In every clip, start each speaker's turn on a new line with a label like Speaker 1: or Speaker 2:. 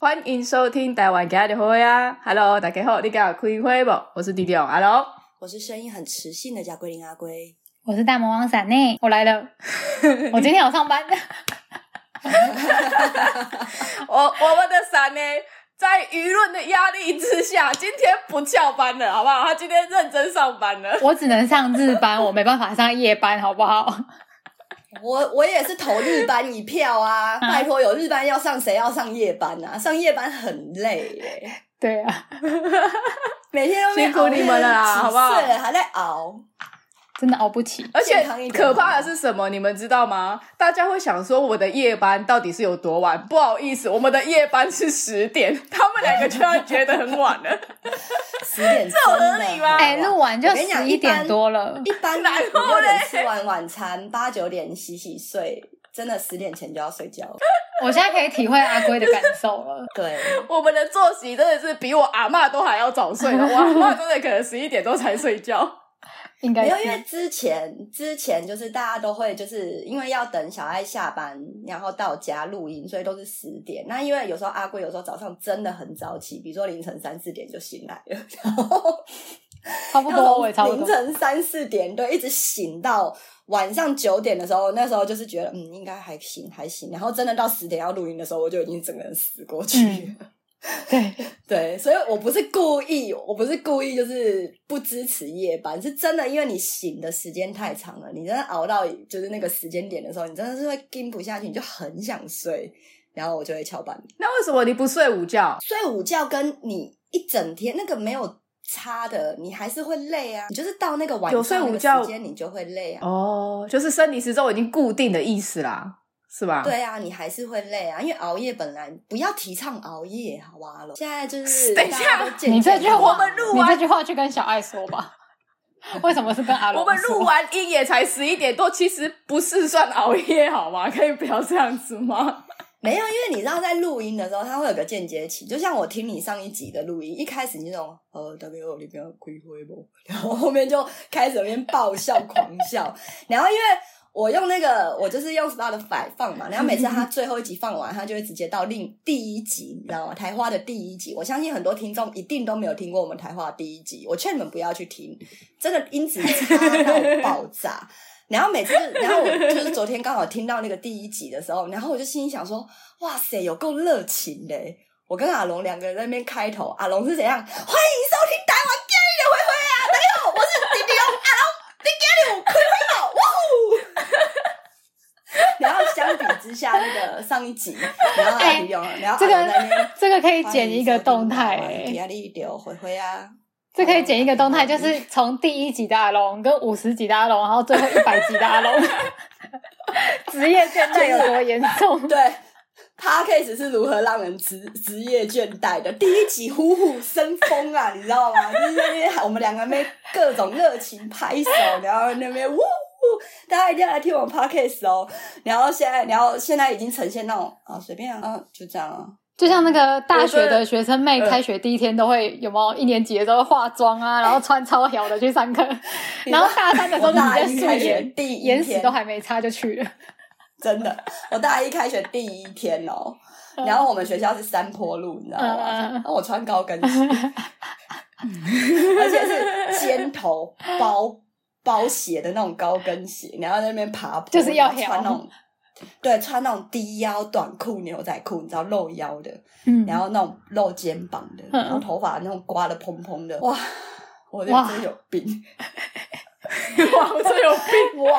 Speaker 1: 欢迎收听台湾家的会啊！Hello，大家好，你敢有开会不？我是弟弟，Hello，
Speaker 2: 我是声音很磁性的贾桂林阿龟。
Speaker 3: 我是大魔王闪内，我 来了，我今天有上班。
Speaker 1: 我我们的闪呢，在舆论的压力之下，今天不翘班了，好不好？他今天认真上班了。
Speaker 3: 我只能上日班，我没办法上夜班，好不好？
Speaker 2: 我我也是投日班一票 啊！拜托，有日班要上，谁要上夜班啊？上夜班很累耶、
Speaker 3: 对啊，
Speaker 2: 每天都被
Speaker 1: 辛苦你们了啦
Speaker 2: 熬夜
Speaker 1: 好不好
Speaker 2: 几岁了还在熬，
Speaker 3: 真的熬不起。
Speaker 1: 而且
Speaker 2: 健康一点
Speaker 1: 可怕的是什么？你们知道吗？大家会想说我的夜班到底是有多晚？不好意思，我们的夜班是十点，他们两个居然觉得很晚 了。
Speaker 2: 十 点这
Speaker 1: 合理吗
Speaker 3: 哎、录完就
Speaker 2: 我跟你讲
Speaker 3: 十一点多了，
Speaker 2: 一般
Speaker 1: 然
Speaker 2: 五
Speaker 1: 后
Speaker 2: 六点
Speaker 1: 嘞
Speaker 2: 吃完晚餐，八九点洗洗睡，真的十点前就要睡觉。
Speaker 3: 我现在可以体会阿龟的感受 了。
Speaker 2: 对，
Speaker 1: 我们的作息真的是比我阿嬷都还要早睡了，我阿嬷真的可能十一点钟才睡觉。
Speaker 3: 应该
Speaker 2: 没有，
Speaker 3: 是
Speaker 2: 因为之前之前就是大家都会就是因为要等小爱下班，然后到家录音，所以都是十点。那因为有时候阿贵有时候早上真的很早起，比如说凌晨三四点就醒来了，然后
Speaker 3: 差不多，我也差 不
Speaker 2: 凌
Speaker 3: 多。
Speaker 2: 晨三四点对，一直醒到晚上九点的时候，那时候就是觉得嗯应该还行还行，然后真的到十点要录音的时候，我就已经整个人死过去了。
Speaker 3: 嗯对，
Speaker 2: 对，所以我不是故意，我不是故意，就是不支持夜班，是真的，因为你醒的时间太长了，你真的熬到就是那个时间点的时候，你真的是会盯不下去，你就很想睡，然后我就会翘班。
Speaker 1: 那为什么你不睡午觉？
Speaker 2: 睡午觉跟你一整天那个没有差的，你还是会累啊，你就是到那个晚
Speaker 1: 有睡
Speaker 2: 上那
Speaker 1: 午
Speaker 2: 个
Speaker 1: 觉
Speaker 2: 时间你就会累啊。
Speaker 1: 哦，就是生理时钟已经固定的意思啦，是吧？。
Speaker 2: 对啊，你还是会累啊，因为熬夜本来不要提倡熬夜，好不好？现在就 是
Speaker 1: 等一下
Speaker 2: 大家都健
Speaker 3: 你这
Speaker 2: 健
Speaker 3: 句
Speaker 2: 康
Speaker 3: 话，
Speaker 1: 我们录
Speaker 3: 你
Speaker 1: 完
Speaker 3: 这句话去跟小爱说吧。 为什么是跟阿龙？
Speaker 1: 我们录，完音也才十一点多，其实不是算熬夜好吗？ 可以不要这样子吗？
Speaker 2: 没有，因为你知道，在录音的时候，它会有个间接期，就像我听你上一集的录音，一开始你那种呃，W 你不要亏灰不，然后后面就开始那边爆笑狂笑，然后因为我用那个我就是用 Spotify 放嘛，然后每次他最后一集放完，他就会直接到另第一集，你知道吗？台花的第一集，我相信很多听众一定都没有听过我们台花的第一集，我劝你们不要去听，真的音质差到爆炸。 然后每次，然后我就是昨天刚好听到那个第一集的时候，然后我就心里想说，哇塞，有够热情的！我跟阿龙两个人在那边开头，阿龙是怎样？欢迎收听台湾电影的回回啊！大家好，我是迪迪龙，阿龙，你给你有开会吗？哇呼！然后相比之下，那个上一集，然后阿迪龙，然后
Speaker 3: 哎这
Speaker 2: 阿龙在那
Speaker 3: 个
Speaker 2: 边。
Speaker 3: 这个可以剪一个动态、哎
Speaker 2: 压力丢回回啊！
Speaker 3: 这可以剪一个动态，就是从第一集的阿龙跟五十集的阿龙，然后最后一百集的阿龙，职业倦怠有多严 重？
Speaker 2: 对 p a c a s e 是如何让人职职业倦怠的？第一集虎虎生风啊，你知道吗？就是在那边喊我们两个妹各种热情拍手，然后那边呜。大家一定要来听我 podcast 哦！然后现在，然后现在已经呈现那种啊，随便啊，啊就这样啊。
Speaker 3: 就像那个大学的学生妹
Speaker 2: 嗯
Speaker 1: 我觉，得
Speaker 3: 开学第一天都会有没有一年级的时候化妆啊，然后穿超小的去上课，
Speaker 2: 你知道
Speaker 3: 然后大三的时候就直接素
Speaker 2: 我大一开学
Speaker 3: 颜，
Speaker 2: 第一
Speaker 3: 眼屎
Speaker 2: 天
Speaker 3: 都还没擦就去了。
Speaker 2: 真的，我大一开学第一天哦，然后我们学校是山坡路，你知道吗？
Speaker 3: 嗯嗯嗯嗯
Speaker 2: 然后我穿高跟鞋， 而且是尖头包包鞋的那种高跟鞋，然后在那边爬坡，
Speaker 3: 就是要
Speaker 2: 然后穿那种，对，穿那种低腰短裤、牛仔裤，你知道露腰的，
Speaker 3: 嗯，
Speaker 2: 然后那种露肩膀的，
Speaker 3: 嗯
Speaker 2: 然后头发那种刮的蓬蓬的，哇！我就
Speaker 3: 哇
Speaker 2: 真有病
Speaker 1: 哇，我真的有 病！
Speaker 2: 哇！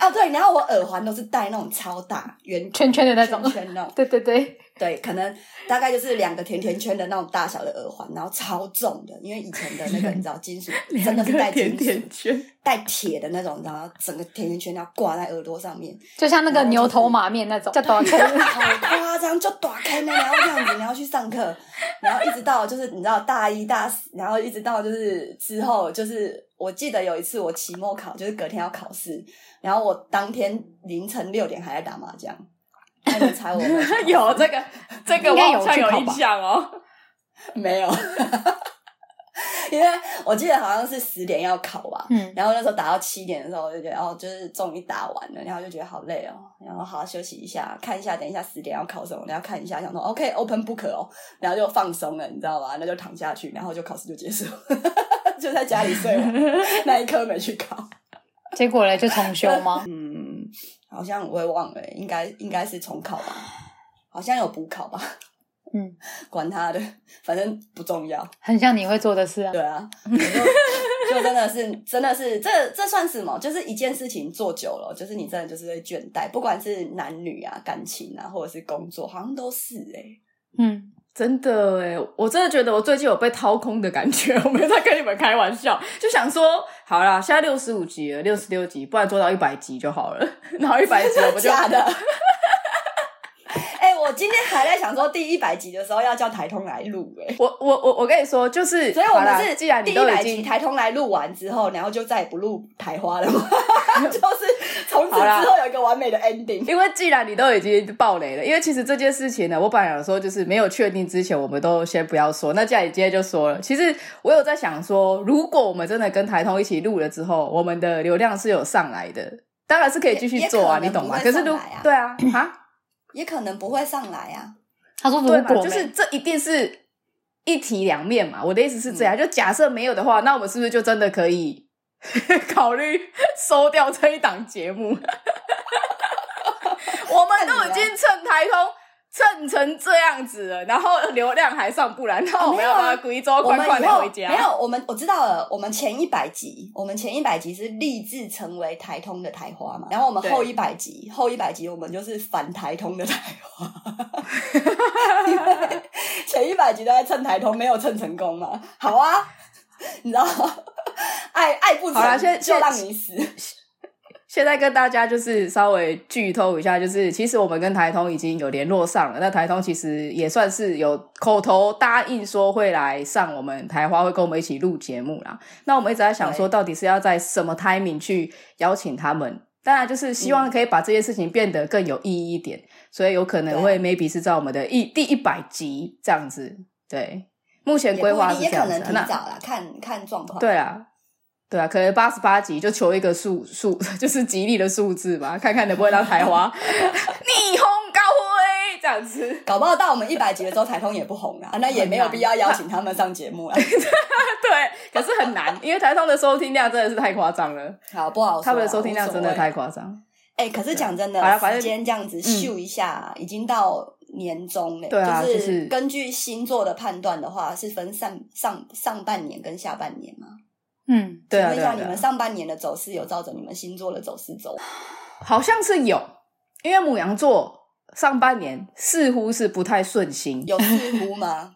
Speaker 2: 哦对，然后我耳环都是戴那种超大圆
Speaker 3: 圈圈的那种
Speaker 2: 圈圈那种，
Speaker 3: 对对对，
Speaker 2: 对，可能大概就是两个甜甜圈的那种大小的耳环，然后超重的，因为以前的那个你知道金属真的是
Speaker 1: 两
Speaker 2: 带
Speaker 1: 个
Speaker 2: 金
Speaker 1: 甜
Speaker 2: 属
Speaker 1: 甜圈，
Speaker 2: 带铁的那种，然后整个甜甜圈要挂在耳朵上面，
Speaker 3: 就像那个牛头马面那种，叫短裤。
Speaker 2: 好夸张，就打开那，然后这样子，然后去上课，然后一直到就是你知道大一大四，然后一直到就是之后就是。我记得有一次我期末考，就是隔天要考试，然后我当天凌晨六点还在打麻将，还能猜我有没有去考试
Speaker 1: 有这个这个
Speaker 3: 应该
Speaker 1: 我
Speaker 3: 有
Speaker 1: 好像有
Speaker 3: 去考
Speaker 1: 印
Speaker 3: 吧
Speaker 1: 象哦。
Speaker 2: 没有，因为我记得好像是十点要考吧，
Speaker 3: 嗯
Speaker 2: 然后那时候打到七点的时候，我就觉得哦，就是终于打完了，然后就觉得好累哦，然后好好休息一下，看一下，等一下十点要考什么，然后看一下，想说 OK open book 哦，然后就放松了，你知道吧？那就躺下去，然后就考试就结束， 就在家里睡完，那一科没去考。
Speaker 3: 结果嘞就重修 吗？
Speaker 2: 嗯，好像我也忘了，欸应该应该是重考吧，好像有补考吧，
Speaker 3: 嗯，
Speaker 2: 管他的，反正不重要。
Speaker 3: 很像你会做的事啊
Speaker 2: 对。啊，我 就就真的是真的是这这算什么？就是一件事情做久了，就是你真的就是会倦怠，不管是男女啊、感情啊，或者是工作，好像都是哎、
Speaker 3: 嗯，
Speaker 1: 真的哎，我真的觉得我最近有被掏空的感觉，我没有在跟你们开玩笑，就想说，好啦，现在六十五集了，六十六集，不然做到一百集就好了，然后一百集我们就
Speaker 2: 假的。 哎、我今天还在想说，第一百集的时候要叫台通来录哎、
Speaker 1: 我我我我跟你说，就是，
Speaker 2: 所以我
Speaker 1: 好啦
Speaker 2: 们是
Speaker 1: 既然
Speaker 2: 第
Speaker 1: 你
Speaker 2: 一
Speaker 1: 都已
Speaker 2: 百集
Speaker 1: 经
Speaker 2: 台通来录完之后，然后就再也不录台花了嘛， 就是从此
Speaker 1: 好啦
Speaker 2: 之后有一个完美的 ending。
Speaker 1: 因为既然你都已经爆雷了，因为其实这件事情呢，我本来想说就是没有确定之前，我们都先不要说。那既然你今天就说了，其实我有在想说，如果我们真的跟台通一起录了之后，我们的流量是有上来的，当然是可以继续做啊，
Speaker 2: 也
Speaker 1: 你懂吗？
Speaker 2: 也
Speaker 1: 可
Speaker 2: 可
Speaker 1: 是
Speaker 2: 能
Speaker 1: 如
Speaker 2: 不会上来啊
Speaker 1: 对啊，啊，
Speaker 2: 也可能不会上来啊，
Speaker 3: 他说如
Speaker 1: 哦对嘛，
Speaker 3: 果
Speaker 1: 就是
Speaker 3: 没
Speaker 1: 这一定是一体两面嘛。我的意思是这
Speaker 2: 嗯
Speaker 1: 样，就假设没有的话，那我们是不是就真的可以 考虑收掉这一档节目？ 我们都已经蹭台通。蹭成这样子了，然后流量还上不来，
Speaker 2: 哦
Speaker 1: 那我们要把它贵州
Speaker 2: 啊我
Speaker 1: 哦快
Speaker 2: 们
Speaker 1: 快
Speaker 2: 以
Speaker 1: 的
Speaker 2: 后
Speaker 1: 回家。
Speaker 2: 没有，我们我知道了。我们前一百集，我们前一百集是立志成为台通的台花嘛，然后我们
Speaker 1: 对
Speaker 2: 后一百集，后一百集我们就是反台通的台花， 因为前一百集都在蹭台通，没有蹭成功嘛。好啊，你知道吗，爱爱不
Speaker 1: 好啦现在
Speaker 2: 成就让你死。
Speaker 1: 现在跟大家就是稍微剧透一下，就是其实我们跟台通已经有联络上了，那台通其实也算是有口头答应说会来上我们台花，会跟我们一起录节目啦。那我们一直在想说，到底是要在什么 timing 去邀请他们？当然，就是希望可以把这件事情变得更有意义一点，所以有可能会 maybe 是在我们的一第一百集这样子。对，目前
Speaker 2: 也
Speaker 1: 规划
Speaker 2: 不一
Speaker 1: 是
Speaker 2: 定，
Speaker 1: 这
Speaker 2: 也可
Speaker 1: 样子
Speaker 2: 能
Speaker 1: 啊。
Speaker 2: 提
Speaker 1: 那
Speaker 2: 早啦，看看状况。
Speaker 1: 对啊，对啊，可能八十八集就求一个数数， 就是吉利的数字吧，看看能不能让台 花逆风高飞这样子。
Speaker 2: 搞不好到我们一百集的时候，台通也不红了，那也没有必要邀请他们上 节目了。啊
Speaker 1: 啊对，可是很难，因为台通的收听量真的是太夸张了，
Speaker 2: 好，不好说啦
Speaker 1: 他们的收听量真的太……
Speaker 2: 哦啊无所谓
Speaker 1: 夸张。
Speaker 2: 哎、可是讲真的，
Speaker 1: 啊好啦反正嗯
Speaker 2: 时间这样子秀一下，已经到年终嘞。
Speaker 1: 对啊
Speaker 2: 就
Speaker 1: 就是
Speaker 2: 是根据星座的判断的话，是分上上上半年跟下半年嘛。
Speaker 3: 嗯，
Speaker 1: 对啊，
Speaker 2: 请问一
Speaker 1: 对
Speaker 2: 下，
Speaker 1: 啊，
Speaker 2: 你
Speaker 1: 对
Speaker 2: 们
Speaker 1: 啊
Speaker 2: 上半年的走势有照着你们星座的走势走？
Speaker 1: 好像是有，因为母羊座上半年似乎是不太顺心。
Speaker 2: 有似乎吗？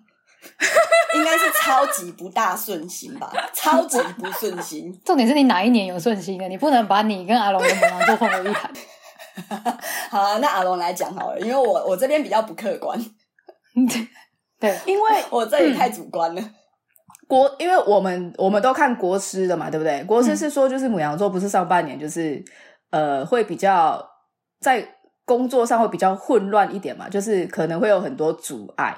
Speaker 2: 应该是超级不大顺心吧，超级不顺心。
Speaker 3: 重点是你哪一年有顺心的？你不能把你跟阿龙的母羊座混为一谈。
Speaker 2: 好啊，那阿龙来讲好了，因为我我这边比较不客观，
Speaker 3: 对，
Speaker 1: 因为
Speaker 2: 我这里太
Speaker 1: 嗯
Speaker 2: 主观了。
Speaker 1: 国，因为我们我们都看国师的嘛，对不对？国师
Speaker 3: 嗯
Speaker 1: 是说，就是母羊座不是上半年，就是、呃，会比较在工作上会比较混乱一点嘛，就是可能会有很多阻碍。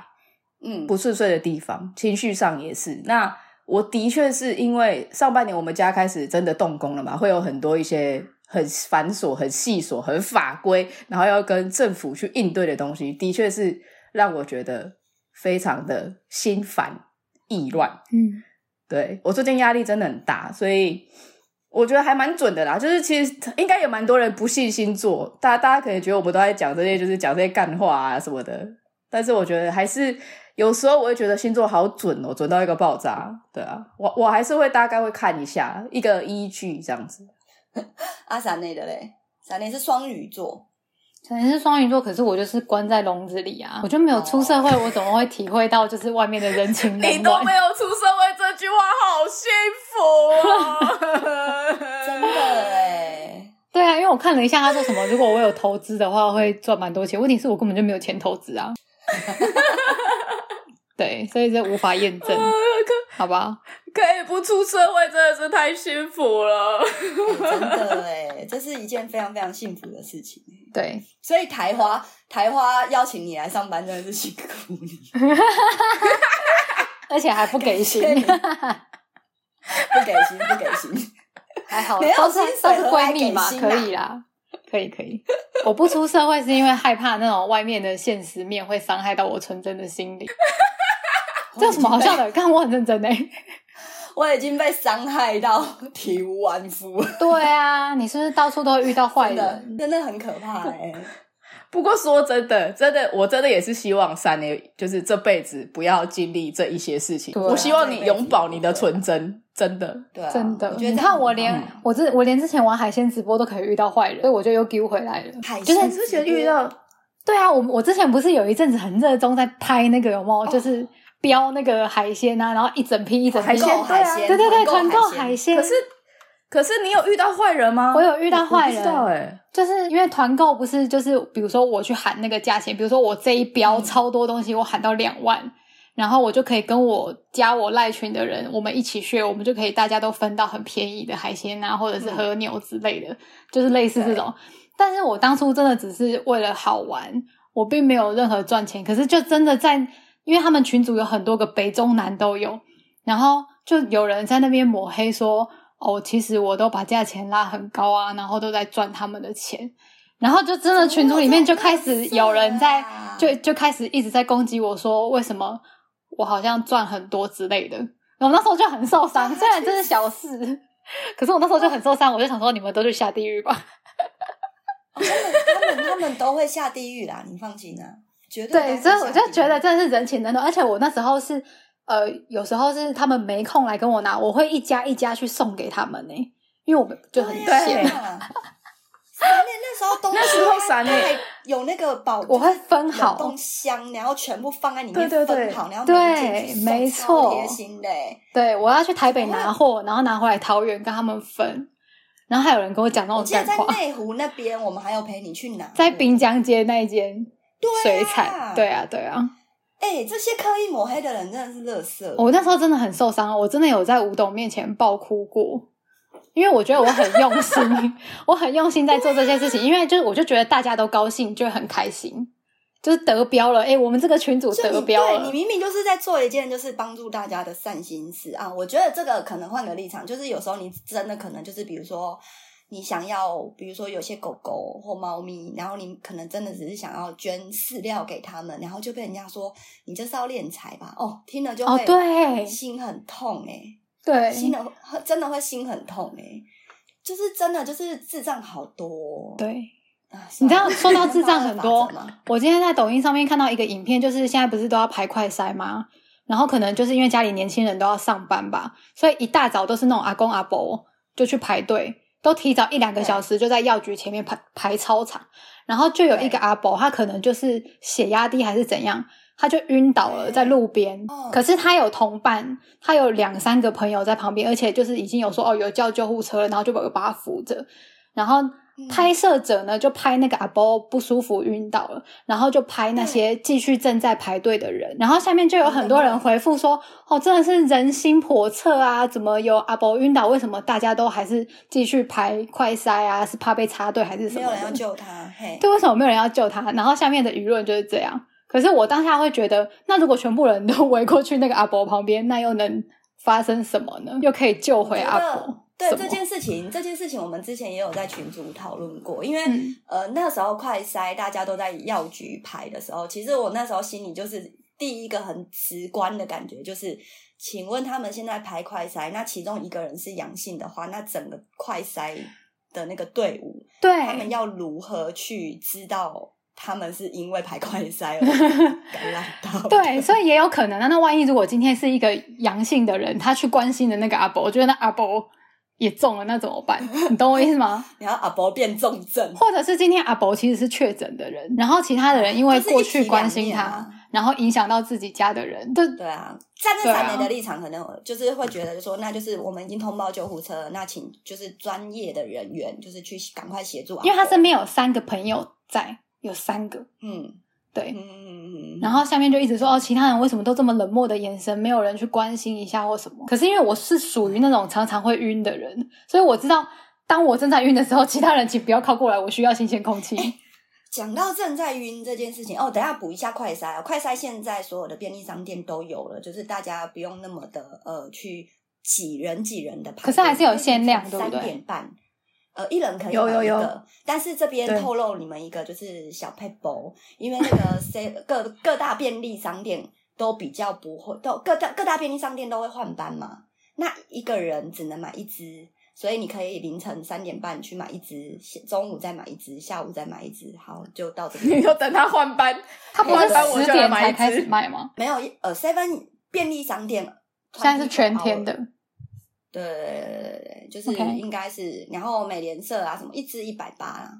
Speaker 2: 嗯，
Speaker 1: 不顺遂的地方，情绪上也是。那我的确是因为上半年我们家开始真的动工了嘛，会有很多一些很繁琐、很细琐、很法规，然后要跟政府去应对的东西，的确是让我觉得非常的心烦意乱。
Speaker 3: 嗯，
Speaker 1: 对我最近压力真的很大，所以我觉得还蛮准的啦。就是其实应该有蛮多人不信星座，大家大家可能觉得我们都在讲这些，就是讲这些干话啊什么的。但是我觉得还是有时候我会觉得星座好准哦，准到一个爆炸。对啊，我我还是会大概会看一下一个依据这样子。
Speaker 2: 阿闪内的嘞，闪内是双鱼座，
Speaker 3: 可能是双鱼座，可是我就是关在笼子里啊，我就没有出社会，我怎么会体会到就是外面的人情冷暖？
Speaker 1: 有出社会，这句话好 幸福哦！
Speaker 2: 真的哎。
Speaker 3: 对啊，因为我看了一下他说什么，如果我有投资的话，会赚蛮多钱。问题是我根本就没有钱投资啊。对，所以这无法验证，好吧？
Speaker 1: 可以不出社会，真的是太幸福了。
Speaker 2: 真的哎，这是一件非常非常幸福的事情。
Speaker 3: 对，
Speaker 2: 所以台花台花邀请你来上班，真的是辛苦你，
Speaker 3: 而且还不给薪
Speaker 2: 感谢。你不给薪不给薪。
Speaker 3: 还好，
Speaker 2: 没有
Speaker 3: 都是
Speaker 2: 薪水
Speaker 3: 都是
Speaker 2: 何来
Speaker 3: 闺蜜
Speaker 2: 给
Speaker 3: 嘛，
Speaker 2: 薪
Speaker 3: 可
Speaker 2: 啊
Speaker 3: 以啦，可以可以。 我不出社会是因为害怕那种外面的现实面会伤害到我纯真的心理。这有什么好笑的？看我很认真哎、
Speaker 2: 我已经被伤害到体无完肤了，
Speaker 3: 对啊，你是不是到处都会遇到坏
Speaker 2: 真的
Speaker 3: 人？
Speaker 2: 真的很可怕哎、
Speaker 1: 不过说真的，真的，我真的也是希望三年，就是这辈子不要经历这一些事情。
Speaker 3: 对啊
Speaker 1: 我希望
Speaker 2: 这
Speaker 1: 你
Speaker 2: 辈子
Speaker 1: 永保你的纯真，真的。
Speaker 2: 对、啊，
Speaker 3: 真的
Speaker 2: 我，觉得
Speaker 3: 你
Speaker 2: 这样嗯
Speaker 3: 看我
Speaker 2: 很
Speaker 3: 连
Speaker 2: 棒
Speaker 3: 我之我连之前玩海鲜直播都可以遇到坏人，所以我就又丢回来了。
Speaker 2: 海
Speaker 3: 就是
Speaker 2: 鲜
Speaker 1: 你之前
Speaker 2: 直播
Speaker 1: 遇到
Speaker 3: 对啊，我我之前不是有一阵子很热衷在拍那个有没有，就是标那个海鲜啊，然后一整批一整批
Speaker 1: 海鲜
Speaker 2: 团购
Speaker 1: 对啊
Speaker 2: 哦海鲜
Speaker 3: 对对对，团购
Speaker 2: 鲜
Speaker 3: 海鲜。
Speaker 1: 可是，可是你有遇到坏人吗？
Speaker 3: 我有遇到坏人
Speaker 1: 我不知道哎、
Speaker 3: 就是因为团购不是就是，比如说我去喊那个价钱，比如说我这一标超多东西，我喊到两万，然后我就可以跟我加我赖群的人，我们一起去，我们就可以大家都分到很便宜的海鲜啊，或者是和牛之类的，就是类似这种。但是我当初真的只是为了好玩，我并没有任何赚钱，可是就真的在，因为他们群组有很多个北中南都有，然后就有人在那边抹黑说，哦，其实我都把价钱拉很高啊，然后都在赚他们的钱，然后就真的群组里面就开始
Speaker 2: 啊
Speaker 3: 有人在，就就开始一直在攻击我说，为什么我好像赚很多之类的，然后那时候就很受伤，虽啊然这是小事。可是我那时候就很受伤，我就想说你们都去下地狱吧。
Speaker 2: 他们他们都会下地狱啦，你放心啊，绝对都
Speaker 3: 对，
Speaker 2: 会
Speaker 3: 所以
Speaker 2: 下
Speaker 3: 我就
Speaker 2: 地狱
Speaker 3: 觉得真的是人情冷暖，而且我那时候是呃，有时候是他们没空来跟我拿，我会一家一家去送给他们呢、因为我们就很
Speaker 2: 对
Speaker 1: 对
Speaker 3: 闲，
Speaker 2: 啊。闪电那时候东西，
Speaker 1: 那时候
Speaker 2: 它
Speaker 1: 闪电
Speaker 2: 它还有那个保，
Speaker 3: 我会分
Speaker 2: 就是
Speaker 3: 好
Speaker 2: 冷冻箱，然后全部放在里
Speaker 1: 对
Speaker 2: 面
Speaker 1: 对
Speaker 2: 分
Speaker 1: 对
Speaker 2: 好，然后
Speaker 3: 对
Speaker 2: 每一件去送
Speaker 3: 没
Speaker 2: 超
Speaker 3: 错
Speaker 2: 贴心的欸。
Speaker 3: 对我要去台北拿货，然后拿回来桃园跟他们分，然后还有人跟我讲那
Speaker 2: 我
Speaker 3: 种
Speaker 2: 记得
Speaker 3: 干
Speaker 2: 在
Speaker 3: 话，
Speaker 2: 内湖那边，我们还有陪你去拿，
Speaker 3: 在滨江街那一间
Speaker 2: 对
Speaker 3: 水
Speaker 2: 啊
Speaker 3: 产，对啊，对啊，
Speaker 2: 哎、这些刻意抹黑的人真的是垃圾。
Speaker 3: 我那时候真的很受伤，我真的有在吴董面前爆哭过，因为我觉得我很用心， 我很用心在做这些事情，因为就是我就觉得大家都高兴，就很开心，就是得标了，哎、我们这个群组
Speaker 2: 就
Speaker 3: 得
Speaker 2: 你
Speaker 3: 标
Speaker 2: 对你
Speaker 3: 了，
Speaker 2: 明明就是在做一件就是帮助大家的善心事啊！我觉得这个可能换个立场，就是有时候你真的可能就是比如说你想要，比如说有些狗狗或猫咪，然后你可能真的只是想要捐饲料给他们，然后就被人家说你这是要敛财吧？哦，听了就
Speaker 3: 哦
Speaker 2: 会，
Speaker 3: 对
Speaker 2: 心很痛哎、
Speaker 3: 对，
Speaker 2: 心的真的会心很痛哎、就是真的就是智障好多哦、
Speaker 3: 对。
Speaker 2: 啊，
Speaker 3: 你知
Speaker 2: 算
Speaker 3: 道
Speaker 2: 了
Speaker 3: 说到智障很
Speaker 2: 没有
Speaker 3: 多
Speaker 2: 办法嘛，
Speaker 3: 我今天在抖音上面看到一个影片，就是现在不是都要排快筛吗？然后可能就是因为家里年轻人都要上班吧，所以一大早都是那种阿公阿婆就去排队，都提早一两个小时就在药局前面排排超长。然后就有一个
Speaker 2: 对
Speaker 3: 阿伯，他可能就是血压低还是怎样，他就晕倒了
Speaker 2: 对
Speaker 3: 在路边
Speaker 2: 哦。
Speaker 3: 可是他有同伴，他有两三个朋友在旁边，而且就是已经有说哦有叫救护车了，然后就把把他扶着。然后
Speaker 2: 嗯
Speaker 3: 拍摄者呢就拍那个阿伯不舒服晕倒了，然后就拍那些继续正在排队的人，然后下面就有很多人回复说：“哦，真的是人心叵测啊！怎么有阿伯晕倒？为什么大家都还是继续排快筛啊？是怕被插队还是什
Speaker 2: 没
Speaker 3: 么
Speaker 2: 有
Speaker 3: 的？”
Speaker 2: 人要救他， 嘿，
Speaker 3: 对，为什么没有人要救他？然后下面的舆论就是这样。可是我当下会觉得，那如果全部人都围过去那个阿伯旁边，那又能发生什么呢？又可以救回阿伯？
Speaker 2: 对
Speaker 3: 什么
Speaker 2: 这件事情，这件事情我们之前也有在群组讨论过，因为、
Speaker 3: 嗯
Speaker 2: 呃那时候快筛大家都在药局排的时候，其实我那时候心里就是第一个很直观的感觉就是，请问他们现在排快筛，那其中一个人是阳性的话，那整个快筛的那个队伍他们
Speaker 3: 对，
Speaker 2: 要如何去知道他们是因为排快 筛而感染到？
Speaker 3: 对，所以也有可能啊。那万一如果今天是一个阳性的人，他去关心的那个阿伯，我觉得那阿伯也中了，那怎么办？你懂我意思吗？
Speaker 2: 然后阿伯变重症，
Speaker 3: 或者是今天阿伯其实是确诊的人，然后其他的人因为
Speaker 2: 就是一
Speaker 3: 过去
Speaker 2: 体
Speaker 3: 关
Speaker 2: 两
Speaker 3: 心
Speaker 2: 面
Speaker 3: 他，
Speaker 2: 啊
Speaker 3: 然后影响到自己家的人，对
Speaker 2: 对啊，站在
Speaker 3: 对啊
Speaker 2: 闪雷的立场，可能就是会觉得说，那就是我们已经通报救护车了，那请就是专业的人员，就是去赶快协助阿伯。
Speaker 3: 因为他身边有三个朋友在，有三个，
Speaker 2: 嗯
Speaker 3: 对。
Speaker 2: 嗯嗯嗯，
Speaker 3: 然后下面就一直说哦，其他人为什么都这么冷漠的眼神，没有人去关心一下或什么。可是因为我是属于那种常常会晕的人，所以我知道，当我正在晕的时候，其他人请不要靠过来，我需要新鲜 空气。
Speaker 2: 讲到正在晕这件事情哦，等一下补一下快筛、啊，快筛现在所有的便利商店都有了，就是大家不用那么的呃去几人几人的排队，
Speaker 3: 可是还是有限量对
Speaker 2: 三
Speaker 3: 不对
Speaker 2: 点半。呃，一人可以
Speaker 1: 有有
Speaker 2: 买一
Speaker 1: 有
Speaker 2: 个但是这边
Speaker 1: 对
Speaker 2: 透露你们一个就是小配包，因为那个 C 各各大便利商店都比较不会，都各大各大便利商店都会换班嘛，那一个人只能买一支，所以你可以凌晨三点半去买一支，中午再买一支，下午再买一支，好，就到这 边。
Speaker 1: 你就等他换班，
Speaker 3: 它不是
Speaker 1: 换班我
Speaker 3: 十
Speaker 1: 就来
Speaker 3: 点
Speaker 1: 买
Speaker 3: 才
Speaker 1: 一
Speaker 3: 开始
Speaker 1: 支。
Speaker 3: 卖吗？
Speaker 2: 没有呃，Seven 便利商店
Speaker 3: 现在是全天的，
Speaker 2: 对对对对对，就是
Speaker 3: OK
Speaker 2: 应该是然后美联社啊什么一支一百八啦，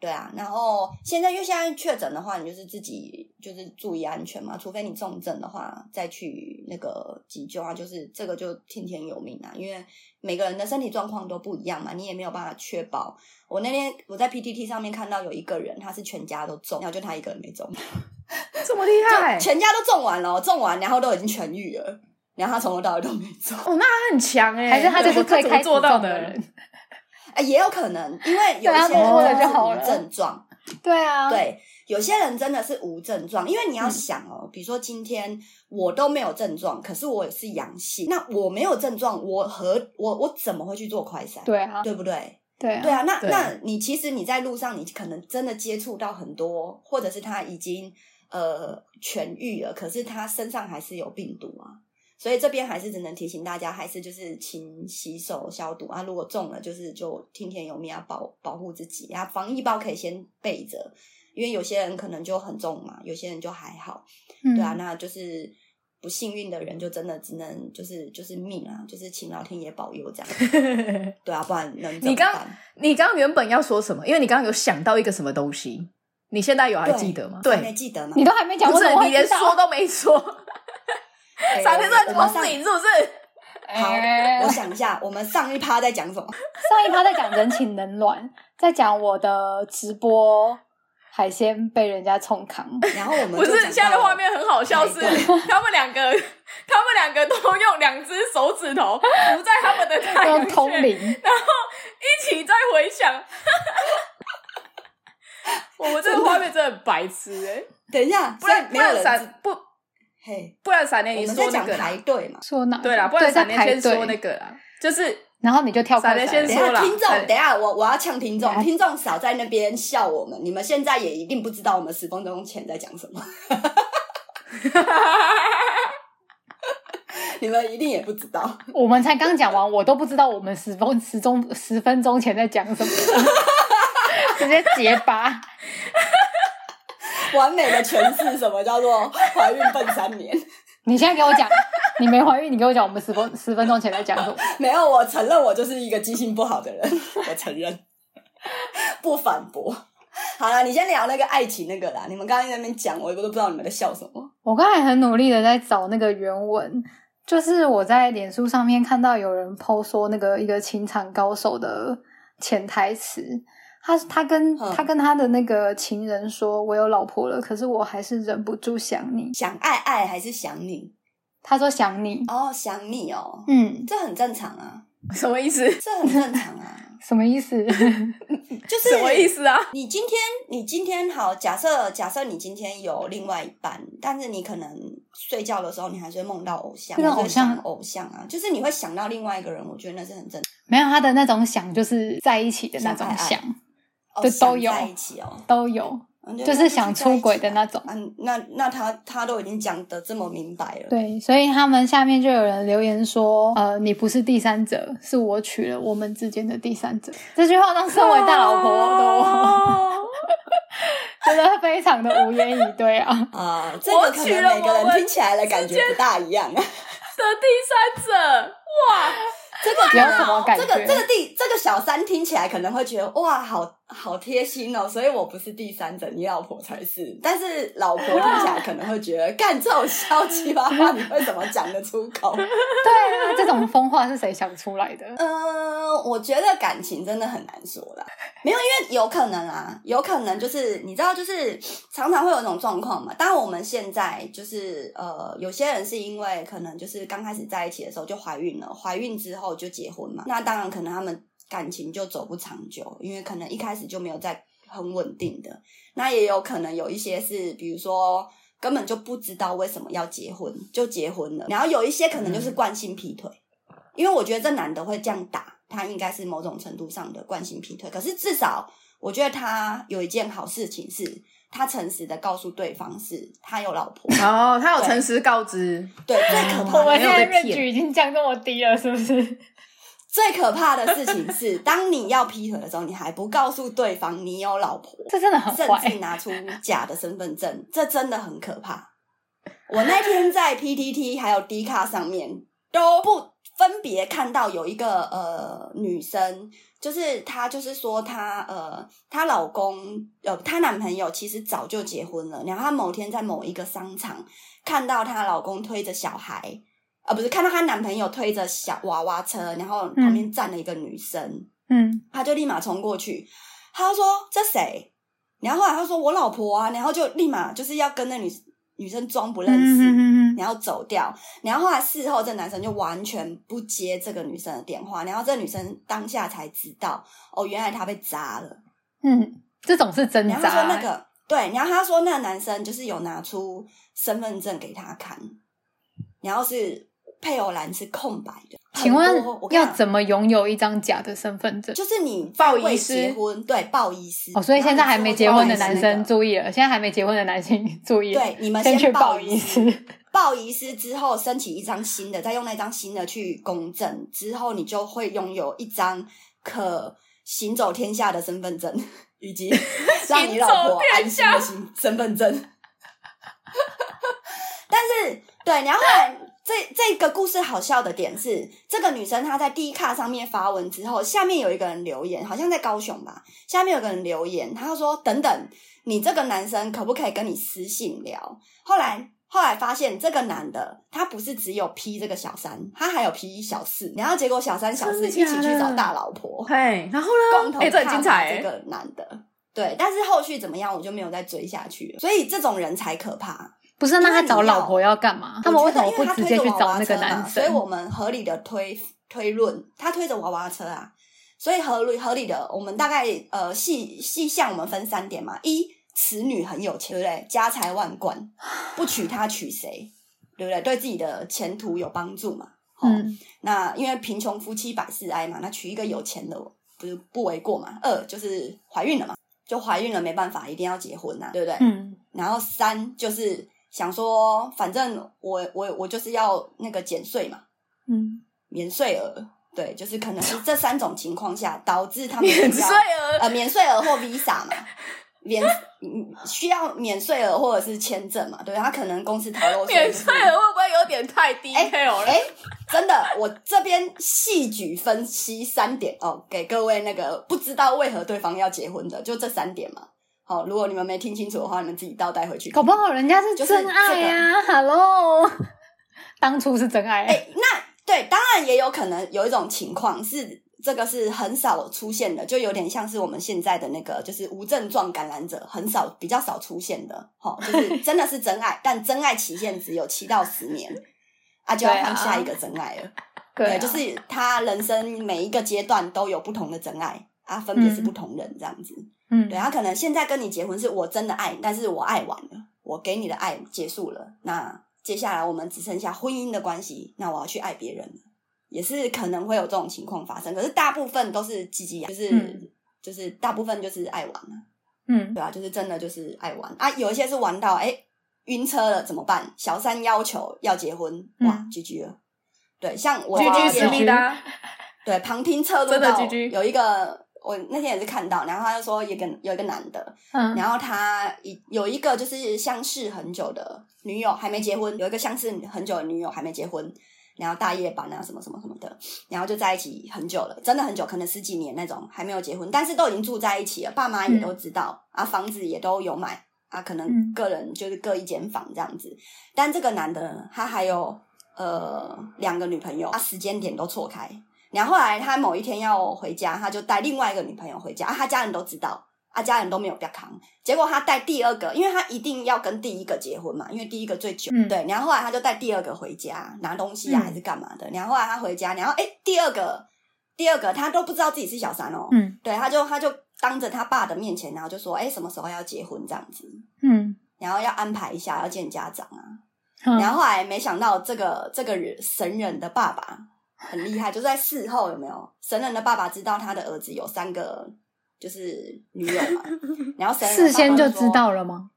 Speaker 2: 对啊，然后现在因为现在确诊的话，你就是自己就是注意安全嘛，除非你重症的话再去那个急救啊，就是这个就听天由命啊，因为每个人的身体状况都不一样嘛，你也没有办法确保。我那天我在 PTT 上面看到有一个人，他是全家都中，然后就他一个人没中。
Speaker 1: 这么厉害
Speaker 2: 就，全家都中完了，种完然后都已经痊愈了，然后他从头到尾都没中。
Speaker 1: 哦，那他很强哎、
Speaker 3: 还是他就是
Speaker 1: 他
Speaker 3: 欸最
Speaker 1: 怎么
Speaker 3: 开始
Speaker 1: 做到
Speaker 3: 中
Speaker 1: 的
Speaker 3: 的人？？
Speaker 2: 哎、也有可能，因为有
Speaker 3: 对啊
Speaker 2: 些人
Speaker 1: 摸了
Speaker 2: 真的
Speaker 3: 就是好
Speaker 2: 无
Speaker 3: 了
Speaker 2: 症状，
Speaker 3: 对啊，
Speaker 2: 对，有些人真的是无症状，因为
Speaker 3: 嗯
Speaker 2: 你要想哦，比如说今天我都没有症状，可是我是阳性，那我没有症状，我和我我怎么会去做快筛？
Speaker 3: 对啊，
Speaker 2: 对不对？
Speaker 3: 对啊
Speaker 2: 对，啊，那
Speaker 1: 对
Speaker 2: 那你其实你在路上，你可能真的接触到很多，或者是他已经呃痊愈了，可是他身上还是有病毒啊。所以这边还是只能提醒大家，还是就是勤洗手、消毒啊。如果中了，就是就听天由命啊，保保护自己啊。防疫包可以先备着，因为有些人可能就很重嘛，有些人就还好。
Speaker 3: 嗯
Speaker 2: 对啊，那就是不幸运的人，就真的只能就是就是命啊，就是请老天爷保佑这样。对啊，不然能怎
Speaker 1: 你
Speaker 2: 么
Speaker 1: 刚
Speaker 2: 办？
Speaker 1: 你刚刚原本要说什么？因为你刚刚有想到一个什么东西，你现在有还
Speaker 2: 对
Speaker 1: 记得吗？
Speaker 2: 还没，记得吗？
Speaker 3: 你都还没讲，
Speaker 1: 不
Speaker 3: 我怎
Speaker 1: 是
Speaker 3: 么会
Speaker 1: 你连
Speaker 3: 知道
Speaker 1: 说都没说，
Speaker 2: 哎
Speaker 1: 闪电战
Speaker 2: 我们
Speaker 1: 同
Speaker 2: 上
Speaker 1: 时你是不是？
Speaker 2: 好
Speaker 3: 哎，
Speaker 2: 我想一下，我们上一趴在讲什么？
Speaker 3: 上一趴在讲人情冷暖，在讲我的直播海鲜被人家冲 扛，
Speaker 2: 然后我们
Speaker 1: 不，
Speaker 2: 就是讲
Speaker 1: 现在
Speaker 2: 到
Speaker 1: 的画面很好笑
Speaker 2: 哪一
Speaker 1: 是，
Speaker 2: 段
Speaker 1: 他们两个，他们两个都用两只手指头 扶在他们的太阳
Speaker 3: 用通
Speaker 1: 穴，
Speaker 3: 灵，
Speaker 1: 一起在回想。 我们这个画面真的很白痴哎、
Speaker 2: 等一下，
Speaker 1: 不然
Speaker 2: 所以
Speaker 1: 不
Speaker 2: 没有
Speaker 1: 然
Speaker 2: 人知
Speaker 1: 闪不
Speaker 2: 嘿，
Speaker 1: 不然闪电，
Speaker 2: 我
Speaker 1: 你
Speaker 2: 们
Speaker 1: 说
Speaker 2: 在
Speaker 1: 那
Speaker 2: 讲
Speaker 1: 个啦
Speaker 2: 排队嘛。
Speaker 3: 说哪？
Speaker 1: 对啦，不然
Speaker 3: 在
Speaker 1: 闪电
Speaker 3: 排
Speaker 1: 先说
Speaker 3: 队，
Speaker 1: 那个啦，就是
Speaker 3: 然后你就跳快
Speaker 1: 闪电
Speaker 3: 闪
Speaker 2: 等一
Speaker 1: 先说啦
Speaker 2: 下，听众
Speaker 1: 哎，
Speaker 2: 等一下，我我要呛听众
Speaker 3: 哎，
Speaker 2: 听众少在那边笑我们。你们现在也一定不知道我们十分钟前在讲什么， 你们一定也不知道。
Speaker 3: 我们才刚讲完，我都不知道我们十分十钟十分钟前在讲什么， 直接结巴。
Speaker 2: 完美的诠释什么叫做怀孕笨三年？
Speaker 3: 你现在给我讲，你没怀孕，你给我讲我们十分十分钟前在讲什么？
Speaker 2: 没有，我承认我就是一个记性不好的人，我承认，不反驳。好了，你先聊那个爱情那个啦。你们刚刚在那边讲，我也都不知道你们在笑什么。
Speaker 3: 我刚才很努力的在找那个原文，就是我在脸书上面看到有人 PO 说那个一个情场高手的潜台词，他他跟
Speaker 2: 嗯
Speaker 3: 他跟他的那个情人说：“我有老婆了，可是我还是忍不住想你。
Speaker 2: 想爱爱还是想你？”
Speaker 3: 他说想你，
Speaker 2: 哦，想你哦，
Speaker 3: 嗯，
Speaker 2: 这很正常啊，
Speaker 1: 什么意思？
Speaker 2: 这很正常 啊，
Speaker 3: 什么意思？
Speaker 2: 就是
Speaker 1: 什么意思啊？
Speaker 2: 你今天，你今天好，假设假设你今天有另外一半，但是你可能睡觉的时候，你还是会梦到偶像，
Speaker 3: 这个
Speaker 2: 你还是会
Speaker 3: 偶像
Speaker 2: 想偶像啊，就是你会想到另外一个人，我觉得那是很正常
Speaker 3: 没有他的那种想，就是在一起的那种
Speaker 2: 想
Speaker 3: 想，
Speaker 2: 哦，
Speaker 3: 对
Speaker 2: 想
Speaker 3: 都有
Speaker 2: 在一起哦，
Speaker 3: 都有，
Speaker 2: 嗯对
Speaker 3: 就
Speaker 2: 那
Speaker 3: 是想
Speaker 2: 在一
Speaker 3: 出
Speaker 2: 起
Speaker 3: 轨的
Speaker 2: 啊
Speaker 3: 那种。
Speaker 2: 嗯，那那他他都已经讲的这么明白了，
Speaker 3: 对，所以他们下面就有人留言说：“呃，你不是第三者，是我娶了我们之间的第三者。”这句话让身为大老婆的我
Speaker 1: 哦
Speaker 3: 觉得非常的无言以对啊。
Speaker 2: 啊、这个可能每个人听起来的感觉不大一样啊。
Speaker 1: 的第三者，
Speaker 2: 这个可
Speaker 3: 有
Speaker 2: 能
Speaker 3: 什么感觉
Speaker 2: 这个这个第这个小三听起来可能会觉得哇，好好贴心哦，所以我不是第三者，你老婆才是。但是老婆听起来可能会觉得，干这种消极八卦，你会怎么讲得出口？
Speaker 3: 对啊，这种疯话是谁想出来的？
Speaker 2: 嗯，我觉得感情真的很难说啦，没有，因为有可能啊，有可能就是你知道，就是常常会有一种状况嘛。当然，我们现在就是呃，有些人是因为可能就是刚开始在一起的时候就怀孕了，怀孕之后就结婚嘛，那当然可能他们感情就走不长久，因为可能一开始就没有在很稳定的。那也有可能有一些是，比如说。根本就不知道为什么要结婚，就结婚了。然后有一些可能就是惯性劈腿，因为我觉得这男的会这样打，他应该是某种程度上的惯性劈腿。可是至少我觉得他有一件好事情是，他诚实的告诉对方是他有老婆。
Speaker 1: 哦，他有诚实告知，
Speaker 2: 对，最可
Speaker 1: 哦
Speaker 2: 怕
Speaker 3: 我
Speaker 2: 的
Speaker 3: 们
Speaker 1: 没
Speaker 3: 现
Speaker 1: 有
Speaker 3: 在
Speaker 1: 被
Speaker 3: 面
Speaker 1: 骗
Speaker 3: 具已经降这么低了，是不是？
Speaker 2: 最可怕的事情是，当你要劈腿的时候，你还不告诉对方你有老婆，
Speaker 3: 这真的很
Speaker 2: 甚至
Speaker 3: 坏。
Speaker 2: 拿出假的身份证，这真的很可怕。我那天在 PTT 还有 D 卡上面都不分别看到有一个呃女生，就是她就是说她呃她老公呃她男朋友其实早就结婚了，然后她某天在某一个商场看到她老公推着小孩，呃不是看到她男朋友推着小娃娃车，然后旁边站了一个女生。
Speaker 3: 嗯，
Speaker 2: 他就立马冲过去，他就说这谁？然后后来他说我老婆啊，然后就立马就是要跟那女女生装不认识，
Speaker 3: 嗯嗯嗯
Speaker 2: 然后走掉。然后后来事后，这男生就完全不接这个女生的电话，然后这女生当下才知道，哦，原来他被扎了。
Speaker 3: 嗯，这种是挣
Speaker 2: 然后他
Speaker 3: 扎。
Speaker 2: 说那个对，然后他说那个男生就是有拿出身份证给他看，然后是配偶栏是空白的。
Speaker 3: 请问
Speaker 2: 很多我跟你
Speaker 3: 要
Speaker 2: 讲
Speaker 3: 怎么拥有一张假的身份证？
Speaker 2: 就是你
Speaker 1: 报遗
Speaker 2: 未
Speaker 1: 失
Speaker 2: 结婚，对，报遗失。
Speaker 3: 哦，所以现在还没结婚的
Speaker 2: 然后
Speaker 3: 男
Speaker 2: 你说哦
Speaker 3: 生注意了，现在还没结婚的男性 注意了，
Speaker 2: 对，你们
Speaker 3: 先去
Speaker 2: 报
Speaker 3: 报
Speaker 2: 遗
Speaker 3: 遗
Speaker 2: 失，
Speaker 3: 失。
Speaker 2: 报遗失之后申请一张新的，再用那张新的去公证，之后你就会拥有一张可行走天下的身份证， 以及 让你老婆安心的身身份证。 但是，对，然后后来这这个故事好笑的点是，这个女生她在 D 卡上面发文之后，下面有一个人留言，好像在高雄吧，下面有个人留言，他说：“等等，你这个男生可不可以跟你私信聊？”后来后来发现这个男的他不是只有劈这个小三，他还有劈小四，然后结果小三小四一起
Speaker 1: 真的假
Speaker 2: 去
Speaker 1: 的
Speaker 2: 找大老 婆，
Speaker 1: 嘿，然后
Speaker 2: 共
Speaker 1: 呢？
Speaker 2: 同
Speaker 1: 哎，这很
Speaker 2: 踏
Speaker 1: 精
Speaker 2: 伐
Speaker 1: 彩
Speaker 2: 这
Speaker 1: 欸，
Speaker 2: 个男的。对，但是后续怎么样，我就没有再追下去了。所以这种人才可怕。
Speaker 3: 不是，那
Speaker 2: 因为
Speaker 3: 他
Speaker 2: 你
Speaker 3: 找
Speaker 2: 要
Speaker 3: 老婆要干嘛？他们
Speaker 2: 我
Speaker 3: 为
Speaker 2: 觉得
Speaker 3: 什么
Speaker 2: 因
Speaker 3: 不
Speaker 2: 为他
Speaker 3: 直
Speaker 2: 推
Speaker 3: 接
Speaker 2: 着
Speaker 3: 去
Speaker 2: 娃
Speaker 3: 找
Speaker 2: 娃
Speaker 3: 那
Speaker 2: 车
Speaker 3: 个男
Speaker 2: 嘛所以我哦
Speaker 3: 生？
Speaker 2: 们合理的推推论，他推着娃娃车啊，所以合理合理的，我们大概呃细细项我们分三点嘛：一，此女很有钱，对不对？家财万贯，不娶她娶谁？对不对？对自己的前途有帮助嘛？哦、
Speaker 3: 嗯，
Speaker 2: 那因为贫穷夫妻百事哀嘛，那娶一个有钱的不是不为过嘛？二就是怀孕了嘛，就怀孕了没办法，一定要结婚啊呐、对不对？
Speaker 3: 嗯，
Speaker 2: 然后三就是想说，反正我我我就是要那个减税嘛，
Speaker 3: 嗯，
Speaker 2: 免税额，对，就是可能是这三种情况下导致 他们需要
Speaker 1: 免税额
Speaker 2: 呃免税额或 Visa 嘛，免 嗯需要免税额或者是签证嘛，对，他可能公司逃漏税
Speaker 1: 免
Speaker 2: 就是
Speaker 1: 税额会不会有点太低
Speaker 2: 哎
Speaker 1: detail 了？
Speaker 2: 哎、真的，我这边细举分析三点哦，给各位那个不知道为何对方要结婚的，就这三点嘛。好、如果你们没听清楚的话，你们自己倒带回去看。
Speaker 3: 搞不好人家
Speaker 2: 就是是
Speaker 3: 真爱呀，Hello，当初是真爱啊
Speaker 2: 哎、。那对，当然也有可能有一种情况是，这个是很少出现的，就有点像是我们现在的那个，就是无症状感染者，很少比较少出现的，哈，就是真的是真 爱，但真爱期限只有七到十年，啊，就要
Speaker 3: 对啊
Speaker 2: 换下一个真爱了。
Speaker 3: 对啊，
Speaker 2: 就是他人生每一个阶段都有不同的真爱。啊，分别是不同人这样子，
Speaker 3: 嗯
Speaker 2: 对，他可能现在跟你结婚是我真的爱你，但是我爱完了，我给你的爱结束了，那接下来我们只剩下婚姻的关系，那我要去爱别人了，也是可能会有这种情况发生，可是大部分都是积极，啊就是、
Speaker 3: 嗯
Speaker 2: 就是大部分就是爱完了，
Speaker 3: 嗯
Speaker 2: 对啊，就是真的就是爱玩啊，有一些是玩到哎晕车了怎么办？小三要求要结婚，哇
Speaker 3: 嗯
Speaker 2: ，GG 了。对，像我
Speaker 1: 居
Speaker 2: 旁
Speaker 1: 居
Speaker 2: 边
Speaker 1: 实力啦，
Speaker 2: 对旁听侧录
Speaker 1: 真的
Speaker 2: 到
Speaker 1: GG
Speaker 2: 有一个，我那天也是看到，然后他就说有一个有一个男的，
Speaker 3: 嗯，
Speaker 2: 然后他一有一个就是相识很久的女友还没结婚，有一个相识很久的女友还没结婚。然后大夜班啊，什么什么什么的，然后就在一起很久了，真的很久，可能十几年那种，还没有结婚，但是都已经住在一起了，爸妈也都知道、啊，房子也都有买啊，可能
Speaker 3: 嗯
Speaker 2: 个人就是各一间房这样子。但这个男的呢他还有呃两个女朋友，他时间点都错开。然后后来他某一天要回家，他就带另外一个女朋友回家，啊、他家人都知道，啊，家人都没有要扛。结果他带第二个，因为他一定要跟第一个结婚嘛，因为第一个最久。
Speaker 3: 嗯
Speaker 2: 对，然后后来他就带第二个回家拿东西啊，
Speaker 3: 嗯
Speaker 2: 还是干嘛的。然后后来他回家，然后哎，第二个，第二个他都不知道自己是小三哦。
Speaker 3: 嗯
Speaker 2: 对，他就他就当着他爸的面前，然后就说，哎，什么时候要结婚这样子，
Speaker 3: 嗯，
Speaker 2: 然后要安排一下，要见家长啊。
Speaker 3: 嗯
Speaker 2: 然后后来没想到这个这个人神人的爸爸很厉害，就是在事后有没有？神人的爸爸知道他的儿子有三个就是女友 嘛，然后神人的
Speaker 3: 事先
Speaker 2: 爸
Speaker 3: 就
Speaker 2: 爸
Speaker 3: 知
Speaker 2: 说
Speaker 3: 道了吗？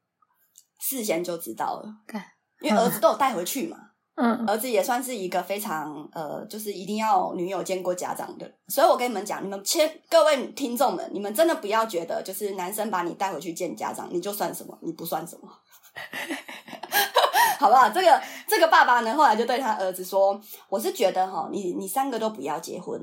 Speaker 2: 事先就知道了
Speaker 3: 干，
Speaker 2: 因为儿子都有带回去嘛。
Speaker 3: 嗯，
Speaker 2: 儿子也算是一个非常呃，就是一定要女友见过家长的。所以我跟你们讲，你们千各位听众们，你们真的不要觉得就是男生把你带回去见家长，你就算什么，你不算什么。 好不好？这个这个爸爸呢，后来就对他儿子说：“我是觉得哈，你你三个都不要结婚。”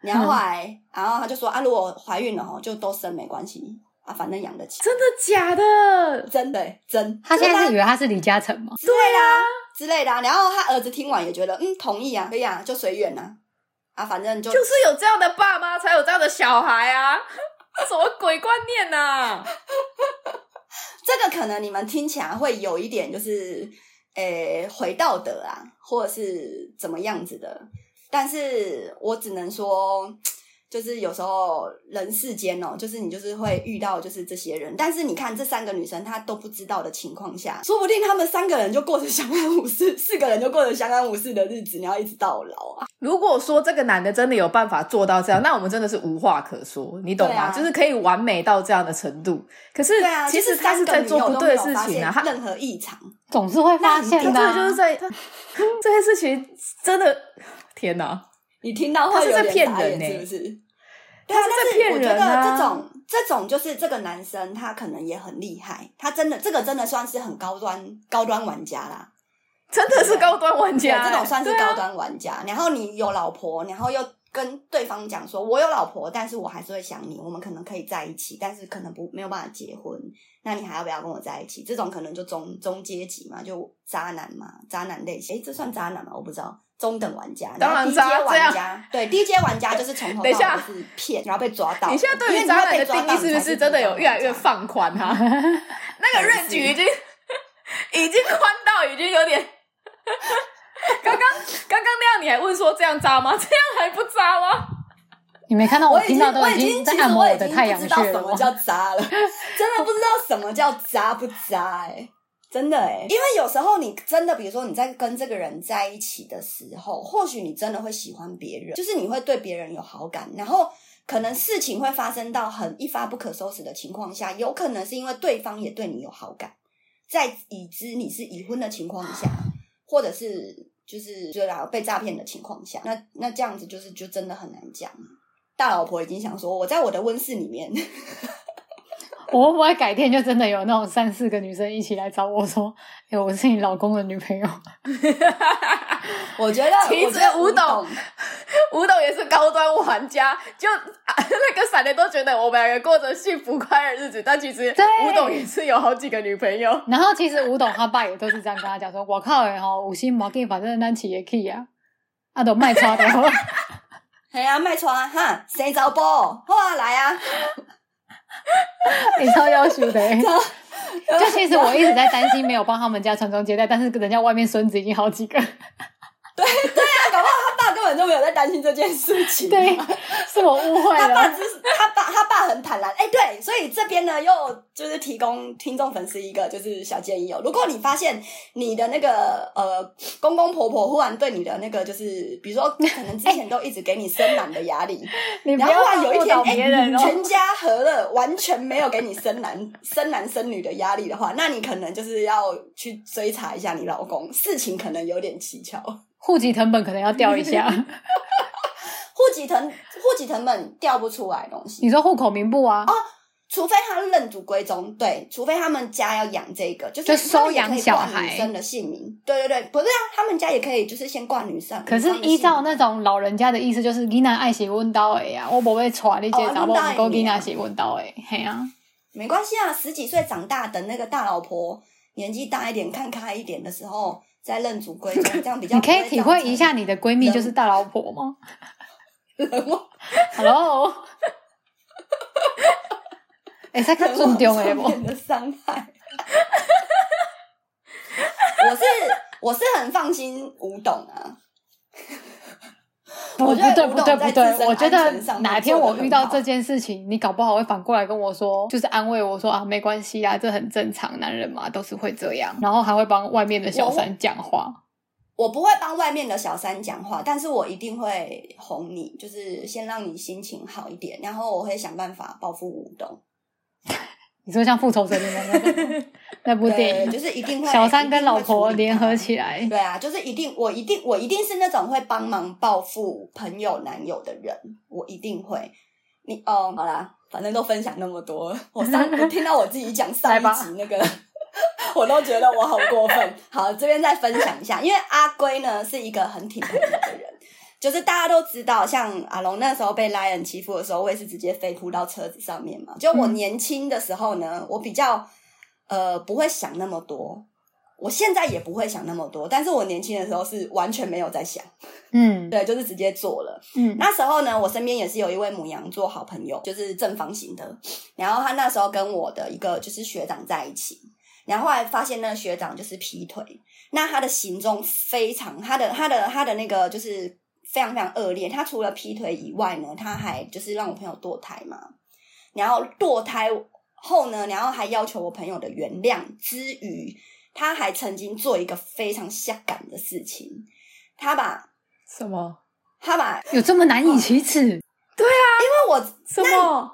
Speaker 2: 然后后来，然后他就说：“啊，如果怀孕了哈，就都生没关系啊，反正养得起。
Speaker 1: 真的假的？”
Speaker 2: 真的欸真，
Speaker 3: 他现
Speaker 2: 真的
Speaker 3: 在
Speaker 2: 啊
Speaker 3: 是以为他是李嘉诚吗？
Speaker 2: 之类的啊之类的、啊。然后他儿子听完也觉得，嗯，同意啊，可以啊，就随缘啊，啊，反正就
Speaker 1: 就是有这样的爸妈，才有这样的小孩啊！ 什么鬼观念呐、啊？
Speaker 2: 这个可能你们听起来会有一点就是，诶、回道德啊，或者是怎么样子的。但是我只能说，就是有时候人世间哦，就是你就是会遇到就是这些人。但是你看这三个女生，她都不知道的情况下，说不定她们三个人就过着相安无事，四个人就过着相安无事的日子，你要一直到老啊。
Speaker 1: 如果说这个男的真的有办法做到这样，那我们真的是无话可说，你懂吗？
Speaker 2: 对啊
Speaker 1: 就是可以完美到这样的程度。可是，
Speaker 2: 对啊，
Speaker 1: 其
Speaker 2: 就是
Speaker 1: 实他
Speaker 2: 三
Speaker 1: 是
Speaker 2: 个
Speaker 1: 在
Speaker 2: 女
Speaker 1: 做
Speaker 2: 友
Speaker 1: 不
Speaker 2: 都
Speaker 1: 对
Speaker 2: 没
Speaker 1: 的
Speaker 2: 有
Speaker 1: 事
Speaker 2: 发
Speaker 1: 情
Speaker 2: 现
Speaker 1: 啊，他
Speaker 2: 任何异常。
Speaker 3: 总是会发现
Speaker 1: 他真
Speaker 3: 的啊、
Speaker 1: 的就是在他 这些事情真的，天哪！
Speaker 2: 你听到
Speaker 1: 他
Speaker 2: 会
Speaker 1: 是
Speaker 2: 有
Speaker 1: 在
Speaker 2: 点
Speaker 1: 骗
Speaker 2: 傻
Speaker 1: 人
Speaker 2: 眼
Speaker 1: 欸
Speaker 2: 是不是？对
Speaker 1: 他
Speaker 2: 啊，
Speaker 1: 是
Speaker 2: 但
Speaker 1: 在
Speaker 2: 是
Speaker 1: 骗
Speaker 2: 我觉
Speaker 1: 人啊
Speaker 2: 得这种这种就是这个男生他可能也很厉害，他真的这个真的算是很高端高端玩家啦，
Speaker 1: 真的是高端玩
Speaker 2: 对
Speaker 1: 家欸、
Speaker 2: 这种算是
Speaker 1: 对啊
Speaker 2: 高端玩家。然后你有老婆，然后又跟对方讲说，我有老婆，但是我还是会想你，我们可能可以在一起，但是可能不没有办法结婚，那你还要不要跟我在一起？这种可能就中中阶级嘛，就渣男嘛，渣男类型。诶，这算渣男吗？我不知道。中等玩家，
Speaker 1: 嗯当然
Speaker 2: 低阶
Speaker 1: 渣这
Speaker 2: 玩
Speaker 1: 样
Speaker 2: 家，对低阶玩家就是从头到
Speaker 1: 等一
Speaker 2: 尾
Speaker 1: 下
Speaker 2: 都是骗，然后被抓到。
Speaker 1: 你现在
Speaker 2: 因
Speaker 1: 对
Speaker 2: 为
Speaker 1: 于
Speaker 2: 你
Speaker 1: 渣
Speaker 2: 要
Speaker 1: 男
Speaker 2: 被
Speaker 1: 的
Speaker 2: 抓
Speaker 1: 定
Speaker 2: 到
Speaker 1: 义
Speaker 2: 你
Speaker 1: 是不
Speaker 2: 才
Speaker 1: 是
Speaker 2: 是
Speaker 1: 真的有
Speaker 2: 低阶
Speaker 1: 越来越
Speaker 2: 玩家？
Speaker 1: 放宽啊？ 那个认举已经 已经宽到已经有点 刚刚刚刚那样，你还问说这样渣吗？这样还不渣吗？
Speaker 3: 你没看到
Speaker 2: 我已
Speaker 3: 听
Speaker 2: 经
Speaker 3: 到都
Speaker 2: 我已
Speaker 3: 经在
Speaker 2: 其实
Speaker 3: 按摩
Speaker 2: 我已
Speaker 3: 的
Speaker 2: 经
Speaker 3: 太阳
Speaker 2: 不知道什
Speaker 3: 穴了
Speaker 2: 么
Speaker 3: 吗。
Speaker 2: 叫渣了，真的不知道什么叫渣不渣哎、真的哎、因为有时候你真的，比如说你在跟这个人在一起的时候，或许你真的会喜欢别人，就是你会对别人有好感，然后可能事情会发生到很一发不可收拾的情况下，有可能是因为对方也对你有好感，在已知你是已婚的情况下，或者是就是就然后被诈骗的情况下，那那这样子就是就真的很难讲。大老婆已经想说，我在我的温室里面，
Speaker 3: 我会不会改天就真的有那种三四个女生一起来找我说：“哎、我是你老公的女朋友。
Speaker 2: 呃我觉得
Speaker 1: 其实
Speaker 2: 我觉得
Speaker 1: 吴
Speaker 2: 吴
Speaker 1: 董 吴董也是高端玩家，就、啊、 那个闪雷都觉得我们两个过着幸福快乐日子，但其实
Speaker 3: 对
Speaker 1: 吴董也是有好几个女朋友”。
Speaker 3: 然后其实吴董他爸也都是这样跟他讲说：“我靠、欸，吼，五星毛给反正咱起也可以啊，啊都卖差的。
Speaker 2: 哎呀，卖床啊哈，谁找波？后啊来啊，
Speaker 3: 你超要求 的、欸。就其实我一直在担心没有帮他们家传宗接代，但是人家外面孙子已经好 几个。
Speaker 2: 他搞不好他爸根本就没有在担心这件事情。
Speaker 3: 对，是我误会
Speaker 2: 他爸
Speaker 3: 了。
Speaker 2: 只是他爸，他爸很坦然。哎、对，所以这边呢，又就是提供听众粉丝一个就是小建议哦。如果你发现你的那个呃公公婆婆忽然对你的那个就是，比如说可能之前都一直给你生男的压力，
Speaker 3: 你不
Speaker 2: 然后
Speaker 3: 要
Speaker 2: 忽然有一
Speaker 3: 误
Speaker 2: 天
Speaker 3: 导
Speaker 2: 哎、
Speaker 3: 别人哦。
Speaker 2: 全家和乐，完全没有给你生男生男生女的压力的话，那你可能就是要去追查一下你老公，事情可能有点蹊跷。
Speaker 3: 户籍成本可能要掉一下。
Speaker 2: 户籍藤户籍藤本调不出来东西，
Speaker 3: 你说户口名簿啊？
Speaker 2: 除非他认祖归宗，对，除非他们家要养这个，就是
Speaker 3: 就收养
Speaker 2: 他们也可以
Speaker 3: 小
Speaker 2: 挂
Speaker 3: 孩
Speaker 2: 女生的姓名，对对对，不是啊，他们家也可以，就是先挂女生。
Speaker 3: 可是
Speaker 2: 女生的
Speaker 3: 依
Speaker 2: 姓
Speaker 3: 照
Speaker 2: 名
Speaker 3: 那种老人家的意思，就是你若爱写问到的啊，我不会带你这
Speaker 2: 哦
Speaker 3: 查某，
Speaker 2: 阮
Speaker 3: 不
Speaker 2: 兜
Speaker 3: 过
Speaker 2: 的
Speaker 3: 你
Speaker 2: 命啊
Speaker 3: 若是问到的，嘿啊，
Speaker 2: 没关系啊，十几岁长大，等那个大老婆年纪大一点、看开一点的时候，再认祖归宗， 这样比较
Speaker 3: 你
Speaker 2: 不
Speaker 3: 可
Speaker 2: 会
Speaker 3: 以体会一下
Speaker 2: 造
Speaker 3: 你的闺蜜
Speaker 2: 人
Speaker 3: 就是大老婆吗
Speaker 2: 成。
Speaker 3: ？Hello，哎，才较
Speaker 2: 人
Speaker 3: 注
Speaker 2: 往
Speaker 3: 重诶
Speaker 2: 上
Speaker 3: 无？
Speaker 2: 面的伤害。 我是我是很放心吴董啊，
Speaker 3: 不
Speaker 2: 我
Speaker 3: 不
Speaker 2: 觉得
Speaker 3: 对
Speaker 2: 吴
Speaker 3: 不
Speaker 2: 董在
Speaker 3: 对不
Speaker 2: 自
Speaker 3: 对，
Speaker 2: 身
Speaker 3: 我觉
Speaker 2: 安
Speaker 3: 得
Speaker 2: 全上面
Speaker 3: 哪天
Speaker 2: 做
Speaker 3: 我
Speaker 2: 得
Speaker 3: 遇
Speaker 2: 很
Speaker 3: 到
Speaker 2: 好
Speaker 3: 这件事情，你搞不好会反过来跟我说，就是安慰我说啊，没关系啦，这很正常，男人嘛都是会这样，然后还会帮外面的小
Speaker 2: 我
Speaker 3: 三讲话。
Speaker 2: 我不会帮外面的小三讲话，但是我一定会哄你，就是先让你心情好一点，然后我会想办法报复吴东。
Speaker 3: 你说像复仇者联盟那 种吗那部电
Speaker 2: 对，
Speaker 3: 影，
Speaker 2: 就是一定会
Speaker 3: 小三跟老婆
Speaker 2: 一定
Speaker 3: 联
Speaker 2: 会处理他
Speaker 3: 合起来，
Speaker 2: 对啊，就是一定，我一定，我一定是那种会帮忙报复朋友、男友的人，我一定会。你哦，好啦，反正都分享那么多了，我上我听到我自己讲上
Speaker 3: 来
Speaker 2: 一
Speaker 3: 吧
Speaker 2: 集那个，我都觉得我好过分。好，这边再分享一下，因为阿龟呢是一个很挺朋友的人。就是大家都知道，像阿龙那时候被 Lion 欺负的时候，我也是直接飞扑到车子上面嘛。就我
Speaker 3: 嗯
Speaker 2: 年轻的时候呢，我比较呃不会想那么多，我现在也不会想那么多，但是我年轻的时候是完全没有在想，
Speaker 3: 嗯
Speaker 2: 对，就是直接做了。
Speaker 3: 嗯，
Speaker 2: 那时候呢，我身边也是有一位母羊座好朋友，就是正方形的。然后他那时候跟我的一个就是学长在一起，然后后来发现那个学长就是劈腿，那他的行踪非常，他的他的他的那个就是非常非常恶劣。他除了劈腿以外呢，他还就是让我朋友堕胎嘛，然后堕胎后呢，然后还要求我朋友的原谅之余，他还曾经做一个非常下感的事情，他把
Speaker 1: 什么？
Speaker 2: 他把
Speaker 3: 有这么难以 启齿？
Speaker 2: 因为我
Speaker 1: 什么？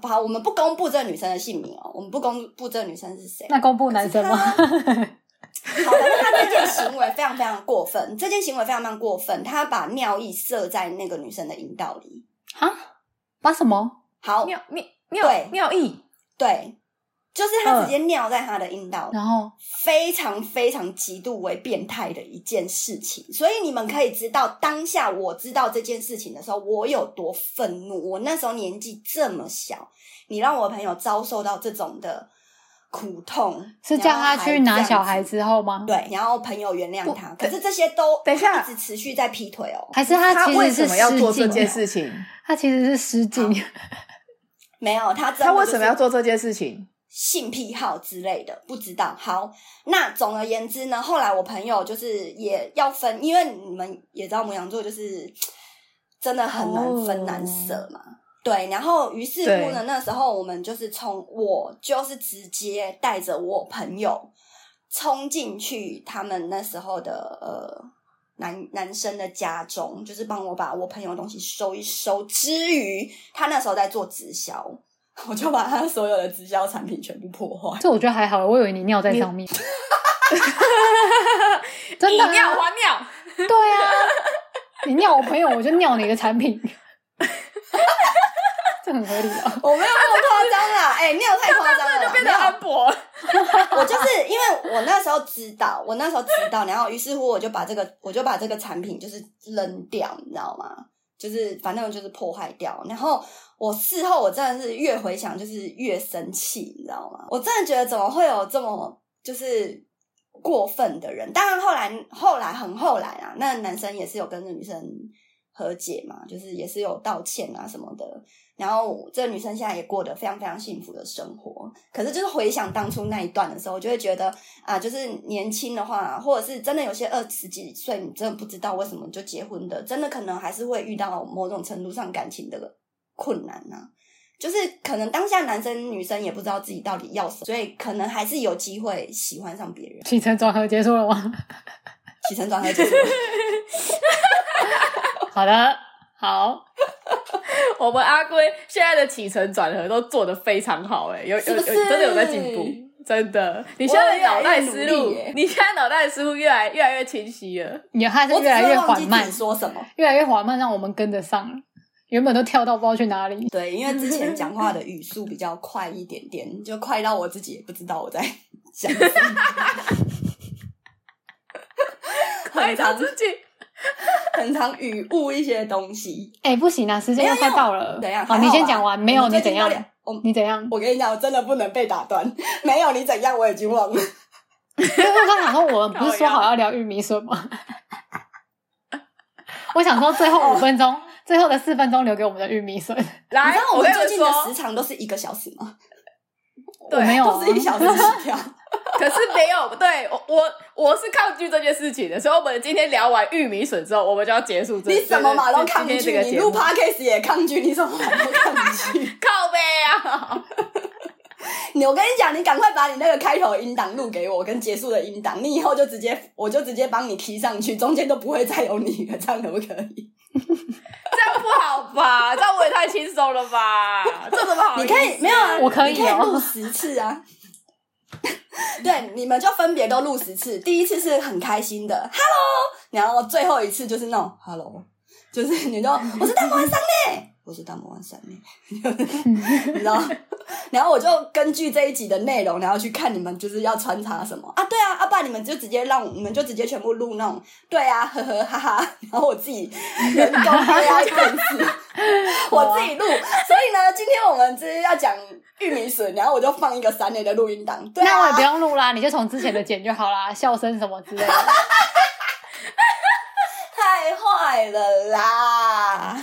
Speaker 2: 不好，我们不公布这个女生的姓名哦，我们不公布这个女生是谁。
Speaker 3: 那公布男生吗？
Speaker 2: 好，反正她这件行为非常非常过分，这件行为非常非常过分，她把尿液射在那个女生的阴道里。
Speaker 3: 啊，把什么？
Speaker 2: 好，
Speaker 1: 尿尿
Speaker 2: 对
Speaker 1: 尿尿意？
Speaker 2: 对，就是
Speaker 3: 嗯
Speaker 2: 她直接尿在她的阴道，
Speaker 3: 然后
Speaker 2: 非常非常极度为变态的一件事情。所以你们可以知道，当下我知道这件事情的时候，我有多愤怒。我那时候年纪这么小，你让我朋友遭受到这种的苦痛，
Speaker 3: 是叫他
Speaker 2: 然后还
Speaker 3: 去拿
Speaker 2: 这样
Speaker 3: 小孩
Speaker 2: 子
Speaker 3: 之后吗？
Speaker 2: 对，然后朋友原谅他，
Speaker 1: 不
Speaker 2: 可是这些都
Speaker 1: 等一下
Speaker 2: 一直持续在劈腿哦。
Speaker 3: 还是他其
Speaker 1: 为
Speaker 3: 实
Speaker 1: 什
Speaker 3: 是
Speaker 1: 么要做这
Speaker 2: 啊
Speaker 3: 失
Speaker 1: 件
Speaker 3: 禁？
Speaker 1: 事情？
Speaker 3: 他其实是失禁，
Speaker 2: 没有，他真的
Speaker 1: 他为什么要
Speaker 2: 就
Speaker 1: 做
Speaker 2: 是
Speaker 1: 这件事情？
Speaker 2: 性癖好之类的？不知道。好，那总而言之呢，后来我朋友就是也要分，因为你们也知道母羊座就是真的很难分难舍嘛。对，然后于是乎呢，那时候我们就是冲，我就是直接带着我朋友冲进去他们那时候的呃男男生的家中，就是帮我把我朋友的东西收一收。之余，他那时候在做直销，我就把他所有的直销产品全部破 坏。
Speaker 3: 这我觉得还好，我以为你尿在上面， 真的、
Speaker 1: 以尿
Speaker 3: 啊，
Speaker 1: 还尿，
Speaker 3: 对啊，你尿我朋友，我就尿你的产 品，这很合理啊。
Speaker 2: 我没有那么夸张啦，哎、没有太夸 张了啦，
Speaker 1: 变得
Speaker 2: 没有
Speaker 1: 安博了。
Speaker 2: 我就是因为我那时候知道，我那时候知道，然后于是乎我就把这个我就把这个产品就是扔掉，你知道吗？就是反正就是破坏掉。然后我事后我真的是越回想就是越生气，你知道吗？我真的觉得怎么会有这么就是过分的人？当然后来后来很后来啊，那男生也是有跟着女生和解嘛，就是也是有道歉啊什么的。然后这个女生现在也过得非常非常幸福的生活。可是就是回想当初那一段的时候，我就会觉得啊，就是年轻的话，或者是真的有些二十几岁，你真的不知道为什么就结婚的，真的可能还是会遇到某种程度上感情的困难呐、就是可能当下男生女生也不知道自己到底要什么，所以可能还是有机会喜欢上别人。
Speaker 3: 起承转合结束了吗？
Speaker 2: 起承转合 结束。
Speaker 3: 好的，好，
Speaker 1: 我们阿龟现在的起承转合都做得非常好、欸，哎，有有
Speaker 2: 是不
Speaker 1: 有，
Speaker 2: 是
Speaker 1: 真的有在进步。真的，你现在的脑袋思
Speaker 2: 我有越来越努
Speaker 1: 路
Speaker 2: 力耶，
Speaker 1: 你现在脑袋思路越来越来越清晰了。
Speaker 3: 你还是
Speaker 2: 我只
Speaker 3: 越来
Speaker 2: 是
Speaker 3: 越
Speaker 2: 忘
Speaker 3: 缓
Speaker 2: 记
Speaker 3: 慢
Speaker 2: 自己，说什么。
Speaker 3: 越来越缓慢，让我们跟得上了。原本都跳到不知道去哪里，
Speaker 2: 对，因为之前讲话 的语速比较快一点点，就快到我自己也不知道我在 讲什么。
Speaker 1: 快
Speaker 2: 很
Speaker 1: 到
Speaker 2: 常
Speaker 1: 自己，
Speaker 2: 很常语误一些东西，
Speaker 3: 哎、不行啊，时间又快到了。
Speaker 2: 怎样？
Speaker 3: 好，
Speaker 2: 还
Speaker 3: 哦你
Speaker 2: 吧
Speaker 3: 先讲完，没有
Speaker 2: 我们
Speaker 3: 你
Speaker 2: 最
Speaker 3: 怎
Speaker 2: 近
Speaker 3: 样
Speaker 2: 都？聊？我
Speaker 3: 你怎样？
Speaker 2: 我跟你讲，我真的不能被打断。没有你怎样，我已经忘了。
Speaker 3: 因为我刚想说，我们不是
Speaker 1: 靠
Speaker 3: 说
Speaker 1: 腰
Speaker 3: 好要聊玉米笋吗？ 我想说，最后五分钟，
Speaker 2: 哦
Speaker 3: 最后的四分钟留给我们的玉米笋。
Speaker 2: 你
Speaker 1: 来
Speaker 2: 知道，我
Speaker 3: 哎
Speaker 1: 我跟
Speaker 2: 们
Speaker 1: 你
Speaker 2: 最
Speaker 1: 们
Speaker 2: 近的时
Speaker 1: 说，
Speaker 2: 长都是一个小时 吗？
Speaker 3: 我没
Speaker 1: 对，
Speaker 3: 有、啊，
Speaker 2: 都是一小时起 跳。
Speaker 1: 可是没有，对我我我是抗拒这件事情的，所以我们今天聊完玉米笋之后，我们就要结束这。
Speaker 2: 你什么嘛
Speaker 1: 这
Speaker 2: 都
Speaker 1: 这
Speaker 2: 抗拒，
Speaker 1: 今天这个
Speaker 2: 你
Speaker 1: 节目
Speaker 2: 录 podcast 也抗拒，你什么嘛都抗拒。
Speaker 1: 靠背啊！
Speaker 2: 你我跟你讲，你赶快把你那个开头音档录给我，跟结束的音档，你以后就直接，我就直接帮你踢上去，中间都不会再有你了，这样可不可以？
Speaker 1: 这样不好吧？这样我也太轻松了 吧？这怎么好意
Speaker 2: 你
Speaker 1: 思？
Speaker 2: 可以没有啊？
Speaker 3: 我可以
Speaker 2: 你可以
Speaker 3: 哦
Speaker 2: 录十次啊。 对，你们就分别都录十次。第一次是很开心的，Hello，然后最后一次就是那种 Hello，就是你就我是大魔王三妹，我是大魔王三妹，你知道？然后我就根据这一集的内容，然后去看你们就是要穿插什么啊？对啊，阿、爸你们就直接让我你们就直接全部录那种对啊，呵呵哈哈，然后我自己人工对啊粉丝。我自己录，所以呢，今天我们就是要讲玉米笋，然后我就放一个三年的录音档。对、啊，
Speaker 3: 那我也不用录啦，你就从之前的剪就好啦，笑声什么 之类的。
Speaker 2: 太坏了啦！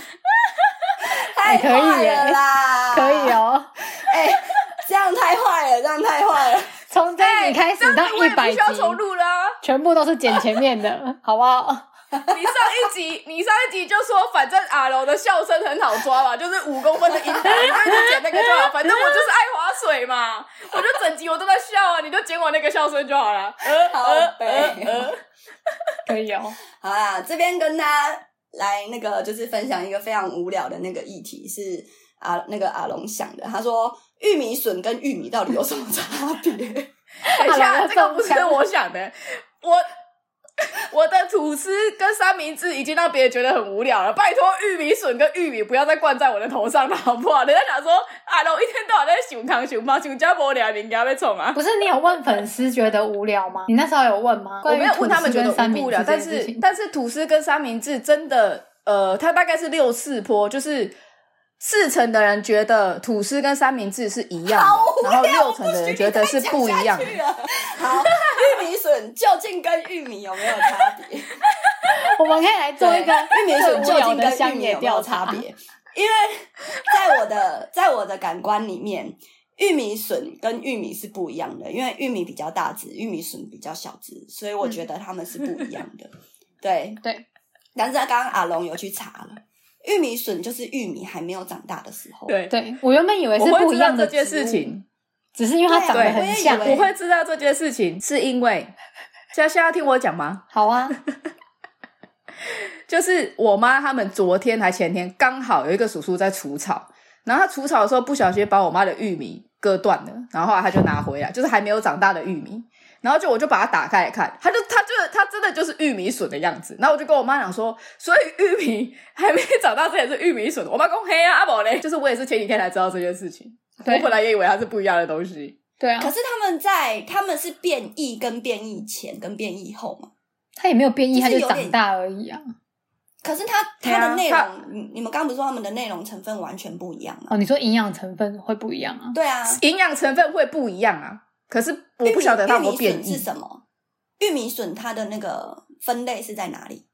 Speaker 2: 太
Speaker 3: 哎可以
Speaker 2: 坏了
Speaker 3: 耶
Speaker 2: 啦！
Speaker 3: 可以哦，
Speaker 2: 哎、这样太坏了，这样太坏了。
Speaker 3: 从这一集开
Speaker 2: 哎
Speaker 1: 这
Speaker 3: 始到
Speaker 1: 样我也
Speaker 3: 一
Speaker 1: 不
Speaker 3: 百
Speaker 1: 需
Speaker 3: 集，
Speaker 1: 要重录啦、
Speaker 3: 全部都是剪前面的，好 不好？
Speaker 1: 你上一集，你上一集就说，反正阿龙的笑声很好抓嘛，就是五公分的音档，你就剪那个就好。反正我就是爱划水嘛，我就整集我都在笑啊，你就剪我那个笑声就好了。呃
Speaker 2: 好
Speaker 1: 呃
Speaker 2: 悲
Speaker 1: 呃呃，
Speaker 3: 可以哦，
Speaker 2: 好啦，这边跟大家来那个就是分享一个非常无聊的那个议题，是阿那个阿龙想的。他说玉米笋跟玉米到底有什么差别？
Speaker 1: 等一
Speaker 3: 阿
Speaker 1: 下，
Speaker 3: 龙
Speaker 1: 这
Speaker 3: 在
Speaker 1: 个不
Speaker 3: 中
Speaker 1: 是
Speaker 3: 枪
Speaker 1: 我想的，我。 我的吐司跟三明治已经让别人觉得很无聊了，拜托玉米笋跟玉米不要再灌在我的头上了，好不好？人家想说，阿龙一天到晚在熊康熊猫熊家伯俩名家被冲啊，
Speaker 3: 不是你有问粉丝觉得无聊吗？你那时候有问吗？
Speaker 1: 我没有问他们觉得
Speaker 3: 关于吐司跟三
Speaker 1: 无
Speaker 3: 明
Speaker 1: 不
Speaker 3: 治
Speaker 1: 了，但
Speaker 3: 这件事
Speaker 1: 是
Speaker 3: 情
Speaker 1: 但是吐司跟三明治真的，呃，它大概是六四坡，就是四成的人觉得吐司跟三明治是一样的， 然后六成的人觉得是不 一样的。
Speaker 2: 好，玉米笋究竟跟玉米有没有差别？
Speaker 3: 我们可以来 做一个
Speaker 2: 对玉米
Speaker 3: 最
Speaker 2: 笋
Speaker 3: 无
Speaker 2: 究
Speaker 3: 聊
Speaker 2: 竟
Speaker 3: 的
Speaker 2: 跟玉
Speaker 3: 乡
Speaker 2: 米
Speaker 3: 野
Speaker 2: 有没有
Speaker 3: 调
Speaker 2: 差
Speaker 3: 查。
Speaker 2: 别？因为在我的在我的感官里面，玉米笋跟玉米是不一样的，因为玉米比较大只，玉米笋比较小只，所以我觉得它们是不一 样的。对
Speaker 3: 嗯对，
Speaker 2: 但是刚刚阿龙有去查了，玉米笋就是玉米还没有长大的时候。
Speaker 1: 对，
Speaker 3: 对我原本以为
Speaker 1: 我
Speaker 3: 是
Speaker 1: 会
Speaker 3: 不一
Speaker 1: 知道
Speaker 3: 样
Speaker 1: 这
Speaker 3: 的
Speaker 1: 件
Speaker 3: 植物
Speaker 1: 事，情，
Speaker 3: 只是因为它长得
Speaker 1: 对
Speaker 3: 很
Speaker 2: 啊我也以
Speaker 3: 像。
Speaker 2: 为
Speaker 1: 我会知道这件事情是因为，现在现在要听我讲吗？
Speaker 3: 好啊，
Speaker 1: 就是我妈他们昨天还前天刚好有一个叔叔在除草，然后他除草的时候不小心把我妈的玉米割断了，然后后来他就拿回来，就是还没有长大的玉米。然后就我就把它打开来看，它就它就是它真的就是玉米笋的样子。然后我就跟我妈讲说，所以玉米还没长大之前是玉米笋。我妈讲嘿啊阿宝嘞，就是我也是前几天才知道这件事情，我
Speaker 3: 对
Speaker 1: 本来也以为它是不一样的东西。
Speaker 3: 对啊
Speaker 2: 可，是他们在他们是变异跟变异前跟变异后嘛？
Speaker 3: 它也没有变异，
Speaker 2: 就
Speaker 3: 它
Speaker 2: 是
Speaker 3: 就
Speaker 2: 有
Speaker 3: 长
Speaker 2: 点
Speaker 3: 大而已啊。
Speaker 2: 可是它
Speaker 1: 对啊
Speaker 2: 它的内容，
Speaker 1: 它
Speaker 2: 你你们刚刚不是说它们的内容成分完全不一样吗？
Speaker 3: 哦，你说营养成分会不一样啊？
Speaker 2: 对啊，
Speaker 1: 营养成分会不一样啊，可是我不晓得它有没有
Speaker 2: 玉
Speaker 1: 变
Speaker 2: 米笋是
Speaker 1: 异。
Speaker 2: 什么？玉米笋它的那个分类是在哪里？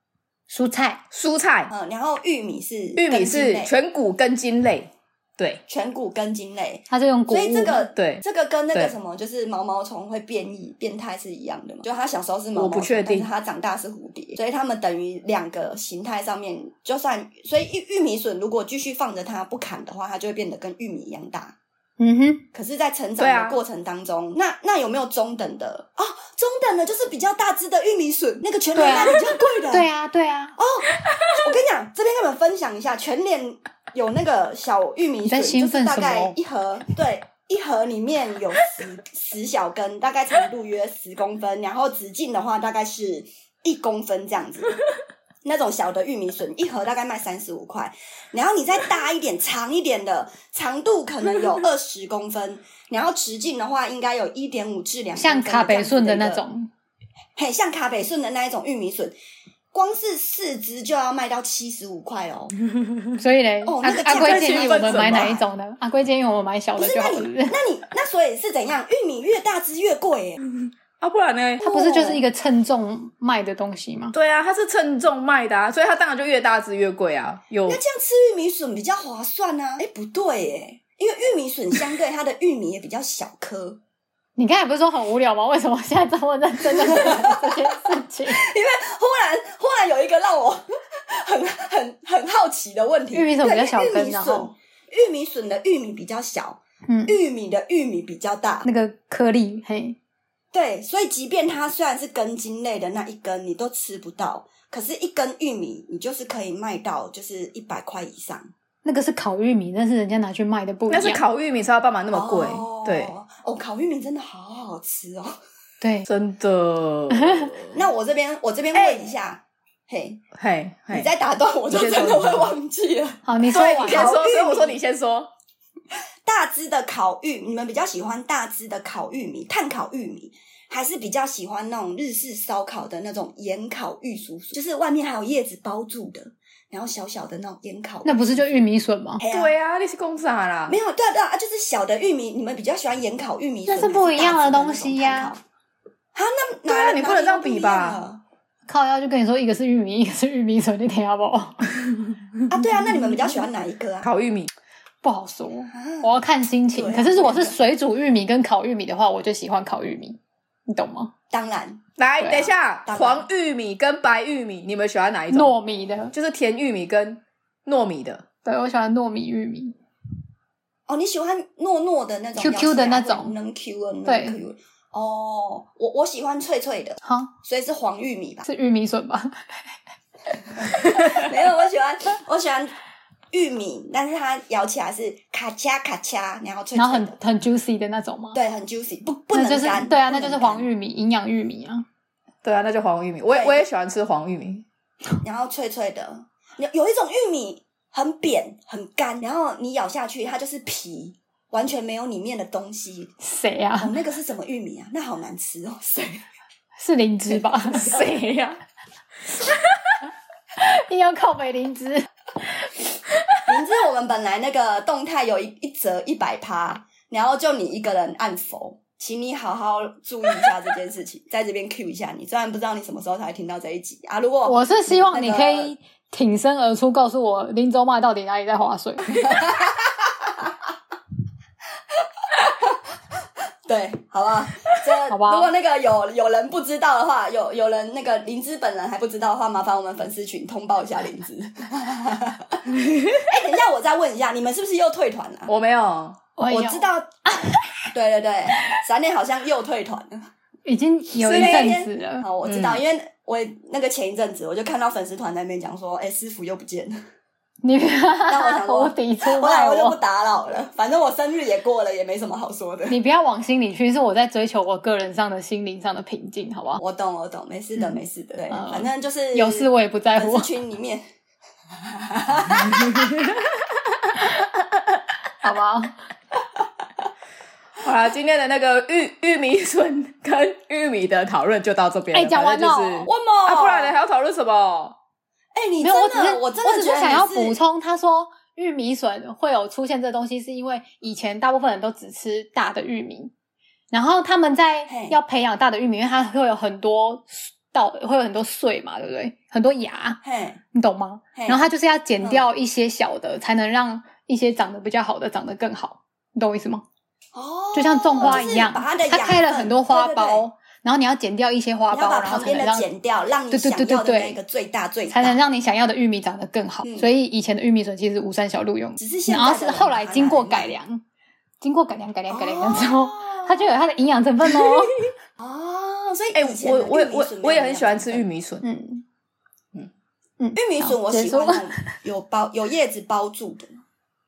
Speaker 3: 蔬菜，
Speaker 1: 蔬菜，
Speaker 2: 嗯，然后玉米是
Speaker 1: 玉米
Speaker 2: 根茎
Speaker 1: 是
Speaker 2: 类
Speaker 1: 全谷根茎类，对
Speaker 2: 全谷根茎类，
Speaker 3: 它是用谷物
Speaker 2: 所
Speaker 3: 嘛，
Speaker 2: 以这个
Speaker 1: 对，
Speaker 2: 这个跟那个
Speaker 1: 对
Speaker 2: 什么就是毛毛虫会变异变态是一样的嘛？就它小时候是毛
Speaker 1: 我
Speaker 2: 毛虫，
Speaker 1: 不确定
Speaker 2: 但是它长大是蝴蝶，所以它们等于两个形态上面，就算所以玉玉米笋如果继续放着它不砍的话，它就会变得跟玉米一样大。
Speaker 3: 嗯哼，
Speaker 2: 可是，在成
Speaker 1: 对
Speaker 2: 长
Speaker 1: 啊
Speaker 2: 的过程当中，那那有没有中等的哦？中等的就是比较大只的玉米笋，那个全
Speaker 3: 对
Speaker 2: 年
Speaker 3: 啊
Speaker 2: 那比较贵的。
Speaker 3: 对啊，对
Speaker 2: 哦
Speaker 3: 啊，
Speaker 2: 我跟你讲，这边跟你们分享一下，全脸有那个小玉米
Speaker 3: 你在
Speaker 2: 笋，
Speaker 3: 兴
Speaker 2: 就是
Speaker 3: 奋
Speaker 2: 大
Speaker 3: 什么
Speaker 2: 概一盒，对，一盒里面有十十小根，大概长度约十公分，然后直径的话大概是一公分这样子。那种小的玉米笋一盒大概卖三十五块，然后你再大一点、长一点的，长度可能有二十公分，然后直径的话应该有一点五至两，
Speaker 3: 像卡北顺的那种，
Speaker 2: 嘿，像卡北顺的那一种玉米笋，光是四只就要卖到七十五块哦。
Speaker 3: 嗯所以嘞，
Speaker 2: 哦
Speaker 3: 阿
Speaker 2: 那个
Speaker 3: 阿
Speaker 2: 价
Speaker 3: 龟
Speaker 2: 格
Speaker 3: 建
Speaker 1: 是
Speaker 3: 议
Speaker 1: 一份
Speaker 3: 我们
Speaker 1: 什么
Speaker 3: 买哪
Speaker 1: 啊
Speaker 3: 一种呢？阿龟建议我们买小
Speaker 2: 不
Speaker 3: 的
Speaker 2: 是，
Speaker 3: 就
Speaker 2: 那
Speaker 3: 好了，
Speaker 2: 你
Speaker 3: 是不是
Speaker 2: 那你那所以是怎样？玉米越大只越贵
Speaker 3: 嗯
Speaker 2: 耶、
Speaker 1: 啊，不然呢？
Speaker 3: 它不是就是一个称重卖的东西吗？
Speaker 1: 对啊，它是称重卖的啊，所以它当然就越大只越贵啊。有
Speaker 2: 那这样吃玉米笋比较划算啊？哎、不对耶、因为玉米笋相对它的玉米也比较小颗，
Speaker 3: 你刚才不是说很无聊吗？为什么现在这么认真的这件事 情？
Speaker 2: 忽然忽然有一个让我 很很很好奇的问题，
Speaker 3: 玉米笋比较
Speaker 2: 对
Speaker 3: 小
Speaker 2: 因为
Speaker 3: 根
Speaker 2: 玉米
Speaker 3: 然
Speaker 2: 笋
Speaker 3: 后
Speaker 2: 玉米笋的玉米比较小，
Speaker 3: 嗯，
Speaker 2: 玉米的玉米比较大，
Speaker 3: 那个颗粒，嘿，
Speaker 2: 对，所以即便它虽然是根茎类的那一根，你都吃不到，可是，一根玉米你就是可以卖到就是一百块以上。
Speaker 3: 那个是烤玉米，但是人家拿去卖的不一
Speaker 1: 但
Speaker 3: 样。
Speaker 1: 是烤玉米才有办法那么贵，
Speaker 2: 哦
Speaker 1: 对，
Speaker 2: 哦，烤玉米真的好好吃哦。
Speaker 3: 对，
Speaker 1: 真 的。
Speaker 2: 那我这边，我这边问一下，嘿，
Speaker 1: 嘿，哎嘿
Speaker 2: 你再打断我就
Speaker 1: 你
Speaker 2: 真
Speaker 1: 先说
Speaker 2: 的会忘记了。
Speaker 3: 好，你说
Speaker 1: 对，你
Speaker 3: 完
Speaker 1: 先
Speaker 2: 烤
Speaker 1: 说，
Speaker 2: 玉米
Speaker 1: 所以我说你先说。
Speaker 2: 大只的烤玉，你们比较喜欢大只的烤玉米、炭烤玉米，还是比较喜欢那种日式烧烤的那种盐烤玉薯薯，就是外面还有叶子包住的，然后小小的那种盐烤玉薯薯？
Speaker 3: 那不是就玉米笋吗？
Speaker 2: 嘿啊
Speaker 1: 对啊，你是公啥啦
Speaker 2: 没？有，对啊对啊，啊就是小的玉米，你们比较喜欢盐烤玉米
Speaker 3: 那
Speaker 2: 笋，
Speaker 3: 是不一样的
Speaker 2: 还是大只
Speaker 3: 东西呀
Speaker 2: 那种炭烤。啊，那
Speaker 1: 对啊
Speaker 2: 哪
Speaker 1: 你不
Speaker 2: 哪
Speaker 1: 能
Speaker 2: 里
Speaker 1: 这样比吧
Speaker 2: 不一样了
Speaker 3: 靠腰就跟你说，一个是玉米，一个是玉米笋，你听好不好？
Speaker 2: 啊，对啊，那你们比较喜欢哪一个啊？
Speaker 1: 烤玉米，
Speaker 3: 不好说，
Speaker 2: 啊
Speaker 3: 我要看心情。
Speaker 2: 对啊
Speaker 3: 可是如果是水煮玉米跟烤玉米的话，我就喜欢烤玉米，你懂吗？
Speaker 2: 当然，
Speaker 1: 来，
Speaker 3: 对啊
Speaker 1: 等一下，
Speaker 2: 当然
Speaker 1: 黄玉米跟白玉米，你们喜欢哪一种？
Speaker 3: 糯米的，
Speaker 1: 就是甜玉米跟糯米的。
Speaker 3: 对我喜欢糯米玉米。
Speaker 2: 哦，你喜欢糯糯的那种
Speaker 3: QQ 的那种
Speaker 2: 咬起来会能 Q 的，
Speaker 3: 对
Speaker 2: 能 Q 的。哦，我我喜欢脆脆的，
Speaker 3: 好，？
Speaker 2: 所以是黄玉米吧
Speaker 3: 是玉米笋吧？
Speaker 2: 没有，我喜欢我喜欢玉米，但是它咬起来是咔嚓咔嚓，然后脆脆的，
Speaker 3: 然后很很 juicy 的那种吗？
Speaker 2: 对，很 juicy，不不
Speaker 3: 那
Speaker 2: 能
Speaker 3: 就是
Speaker 2: 干，
Speaker 3: 对啊，
Speaker 2: 不
Speaker 3: 那
Speaker 2: 能
Speaker 3: 就是黄
Speaker 2: 干，
Speaker 3: 玉米，营养玉米啊。
Speaker 1: 对啊，那就黄玉米。我也
Speaker 2: 对
Speaker 1: 我也喜欢吃黄玉米。
Speaker 2: 然后脆脆的。有有一种玉米很扁很干，然后你咬下去它就是皮，完全没有里面的东西。
Speaker 3: 谁 啊？
Speaker 2: 哦，那个是什么玉米啊？那好难吃哦， 谁？
Speaker 3: 是灵芝 吧？谁呀、硬要靠北灵芝，
Speaker 2: 明知我们本来那个动态有一一折一百趴，然后就你一个人按否，请你好好注意一下这件事情，在这边 Q 一下你。虽然不知道你什么时候才会听到这一集啊，如果
Speaker 3: 我是希望你
Speaker 2: 那个
Speaker 3: 可以挺身而出，告诉我林州骂到底哪里在划水。
Speaker 2: 对，好 不好？这
Speaker 3: 好吧
Speaker 2: 如果那个有有人不知道的话，有有人那个灵芝本人还不知道的话，麻烦我们粉丝群通报一下灵 芝。哎、等一下，我再问一下，你们是不是又退团了、
Speaker 1: 我没有，
Speaker 3: 我
Speaker 2: 我知 道，对对对，闪电好像又退团了。
Speaker 3: 已经有一阵子了，嗯
Speaker 2: 哦，我知道，因为我那个前一阵子我就看到粉丝团在那边讲说，哎、师傅又不见了，
Speaker 3: 你
Speaker 2: 我想说
Speaker 3: 我抵触
Speaker 2: 后来
Speaker 3: 骂
Speaker 2: 我就不
Speaker 3: 我，
Speaker 2: 打扰了，反正我生日也过了，也没什么好说的。
Speaker 3: 你不要往心里去，是我在追求我个人上的心灵上的平静，好不好？
Speaker 2: 我懂，我懂，没事的，
Speaker 3: 嗯
Speaker 2: 没事的，对，
Speaker 3: 嗯
Speaker 2: 反正就是
Speaker 3: 有事我也不在
Speaker 2: 粉
Speaker 3: 乎
Speaker 2: 丝，群里面，
Speaker 3: 好不好？
Speaker 1: 好啦，今天的那个玉玉米笋跟玉米的讨论就到这边了。
Speaker 3: 哎讲完了
Speaker 1: 反正就是
Speaker 2: 我某，
Speaker 1: 啊，不然呢还要讨论什么？
Speaker 2: 哎、你
Speaker 3: 没
Speaker 2: 真
Speaker 3: 有，
Speaker 2: 的，
Speaker 3: 我只是
Speaker 2: 我真
Speaker 3: 只
Speaker 2: 的觉得
Speaker 3: 是想要
Speaker 2: 你
Speaker 3: 补
Speaker 2: 是
Speaker 3: 充，他说玉米笋会有出现这东西，是因为以前大部分人都只吃大的玉米，然后他们在
Speaker 2: 嘿
Speaker 3: 要培养大的玉米，因为它会有很多稻，会有很多穗嘛，对不对？很多芽，
Speaker 2: 嘿，
Speaker 3: 你懂吗？
Speaker 2: 嘿，嗯
Speaker 3: 然后它就是要剪掉一些小的，才能让一些长得比较好的长得更好，你懂我意思吗？
Speaker 2: 哦，
Speaker 3: 就像种花一样，
Speaker 2: 就是把它的
Speaker 3: 它
Speaker 2: 养
Speaker 3: 开了
Speaker 2: 分
Speaker 3: 很多花
Speaker 2: 对对对
Speaker 3: 苞，然后你要剪掉一些花
Speaker 2: 你要
Speaker 3: 苞，
Speaker 2: 把
Speaker 3: 然后
Speaker 2: 旁
Speaker 3: 才
Speaker 2: 边
Speaker 3: 能
Speaker 2: 的
Speaker 3: 让
Speaker 2: 剪掉，让你
Speaker 3: 对对
Speaker 2: 想
Speaker 3: 对
Speaker 2: 要的
Speaker 3: 对
Speaker 2: 那个最大最大，
Speaker 3: 才能让你想要的玉米长得更好。
Speaker 2: 嗯
Speaker 3: 所以以前的玉米笋其实无三小路用，
Speaker 2: 只是现在
Speaker 3: 然后
Speaker 2: 的
Speaker 3: 是
Speaker 2: 人
Speaker 3: 后来
Speaker 2: 把它
Speaker 3: 经过
Speaker 2: 拿来
Speaker 3: 改良，经过改良、改良、改良
Speaker 2: 哦
Speaker 3: 之后，它就有它的营养成分 哦。
Speaker 2: 哦，所以
Speaker 1: 哎、
Speaker 2: 以前
Speaker 1: 我
Speaker 2: 的
Speaker 1: 我
Speaker 2: 玉米
Speaker 1: 我
Speaker 2: 笋没有
Speaker 1: 我也
Speaker 2: 那
Speaker 1: 很
Speaker 2: 样
Speaker 1: 喜欢
Speaker 2: 子
Speaker 1: 吃
Speaker 2: 的
Speaker 1: 玉米笋，
Speaker 3: 嗯
Speaker 1: 嗯
Speaker 3: 嗯，
Speaker 2: 哎玉米笋，我
Speaker 3: 结
Speaker 2: 喜
Speaker 3: 束
Speaker 2: 欢那种有包有叶子包住的，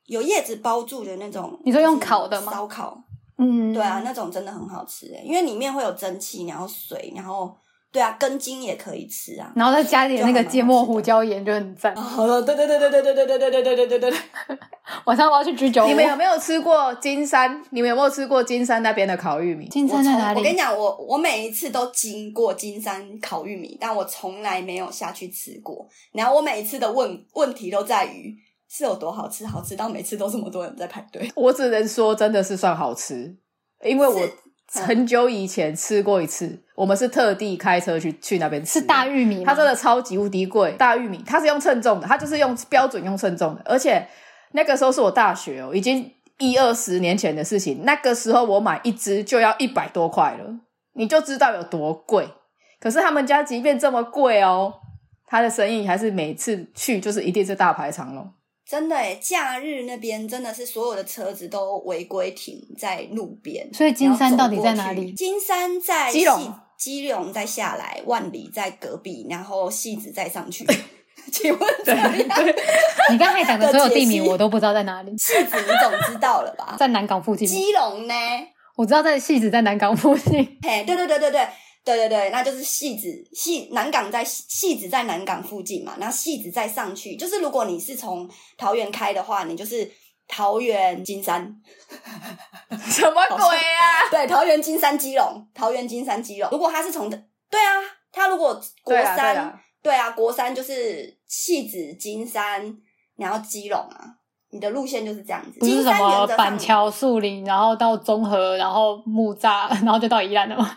Speaker 2: 有叶子包住的那种。
Speaker 3: 你说用
Speaker 2: 就是
Speaker 3: 烤的吗
Speaker 2: 烧烤，
Speaker 3: 嗯，
Speaker 2: 对啊，那种真的很好吃欸诶，因为里面会有蒸汽，然后水，然后对啊，根茎也可以吃啊。
Speaker 3: 然后再加点那个芥末胡椒盐就很赞。
Speaker 2: 好了，对对对对对对对对对对对对对对，
Speaker 3: 晚上我要去居酒屋
Speaker 1: 你。们有没有吃过金山？你们有没有吃过金山那边的烤玉米？
Speaker 3: 金山在哪
Speaker 2: 我跟你
Speaker 3: 里？
Speaker 2: 讲，我我每一次都经过金山烤玉米，但我从来没有下去吃过。然后我每一次的问问题都在于是有多好吃，好吃到每次都这么多人在排队。
Speaker 1: 我只能说，真的是算好吃，因为我
Speaker 2: 是嗯
Speaker 1: 很久以前吃过一次，我们是特地开车去去那边吃
Speaker 3: 是
Speaker 1: 的。
Speaker 3: 大玉米吗？
Speaker 1: 它真的超级无敌贵，大玉米它是用称重的，它就是用标准用称重的，而且那个时候是我大学哦，已经一二十年前的事情，那个时候我买一只就要一百多块了，你就知道有多贵。可是他们家即便这么贵哦，他的生意还是每次去就是一定是大排长龙。
Speaker 2: 真的诶，假日那边真的是所有的车子都违规停在路边。
Speaker 3: 所以金山到底在哪
Speaker 2: 然后走过去
Speaker 3: 里？
Speaker 2: 金山在
Speaker 1: 基隆
Speaker 2: 戏，基隆再下来，万里在隔壁，然后戏子再上
Speaker 1: 哎
Speaker 2: 去。 请问怎么样？
Speaker 3: 你刚才讲的所有地名
Speaker 2: 的解析
Speaker 3: 我都不知道在哪里，
Speaker 2: 戏子你总知道了 吧？
Speaker 3: 在南港附近。
Speaker 2: 基隆呢？
Speaker 3: 我知道在戏子在南港附近，
Speaker 2: 嘿，对对对对对对对对，那就是戏子戏南港在戏子在南港附近嘛，然后戏子再上去，就是如果你是从桃园开的话，你就是桃园 金山，
Speaker 1: 什么鬼啊？
Speaker 2: 对，桃园金山基隆，桃园金山基隆。如果他是从对啊，他如果国
Speaker 1: 对啊，
Speaker 2: 三
Speaker 1: 对啊，
Speaker 2: 对啊，国三就是戏子金山，然后基隆啊，你的路线就是这样子。
Speaker 3: 不是
Speaker 2: 金
Speaker 3: 什
Speaker 2: 山
Speaker 3: 么
Speaker 2: 原则上
Speaker 3: 板桥、树林，然后到中和，然后木栅，然后就到宜兰了吗？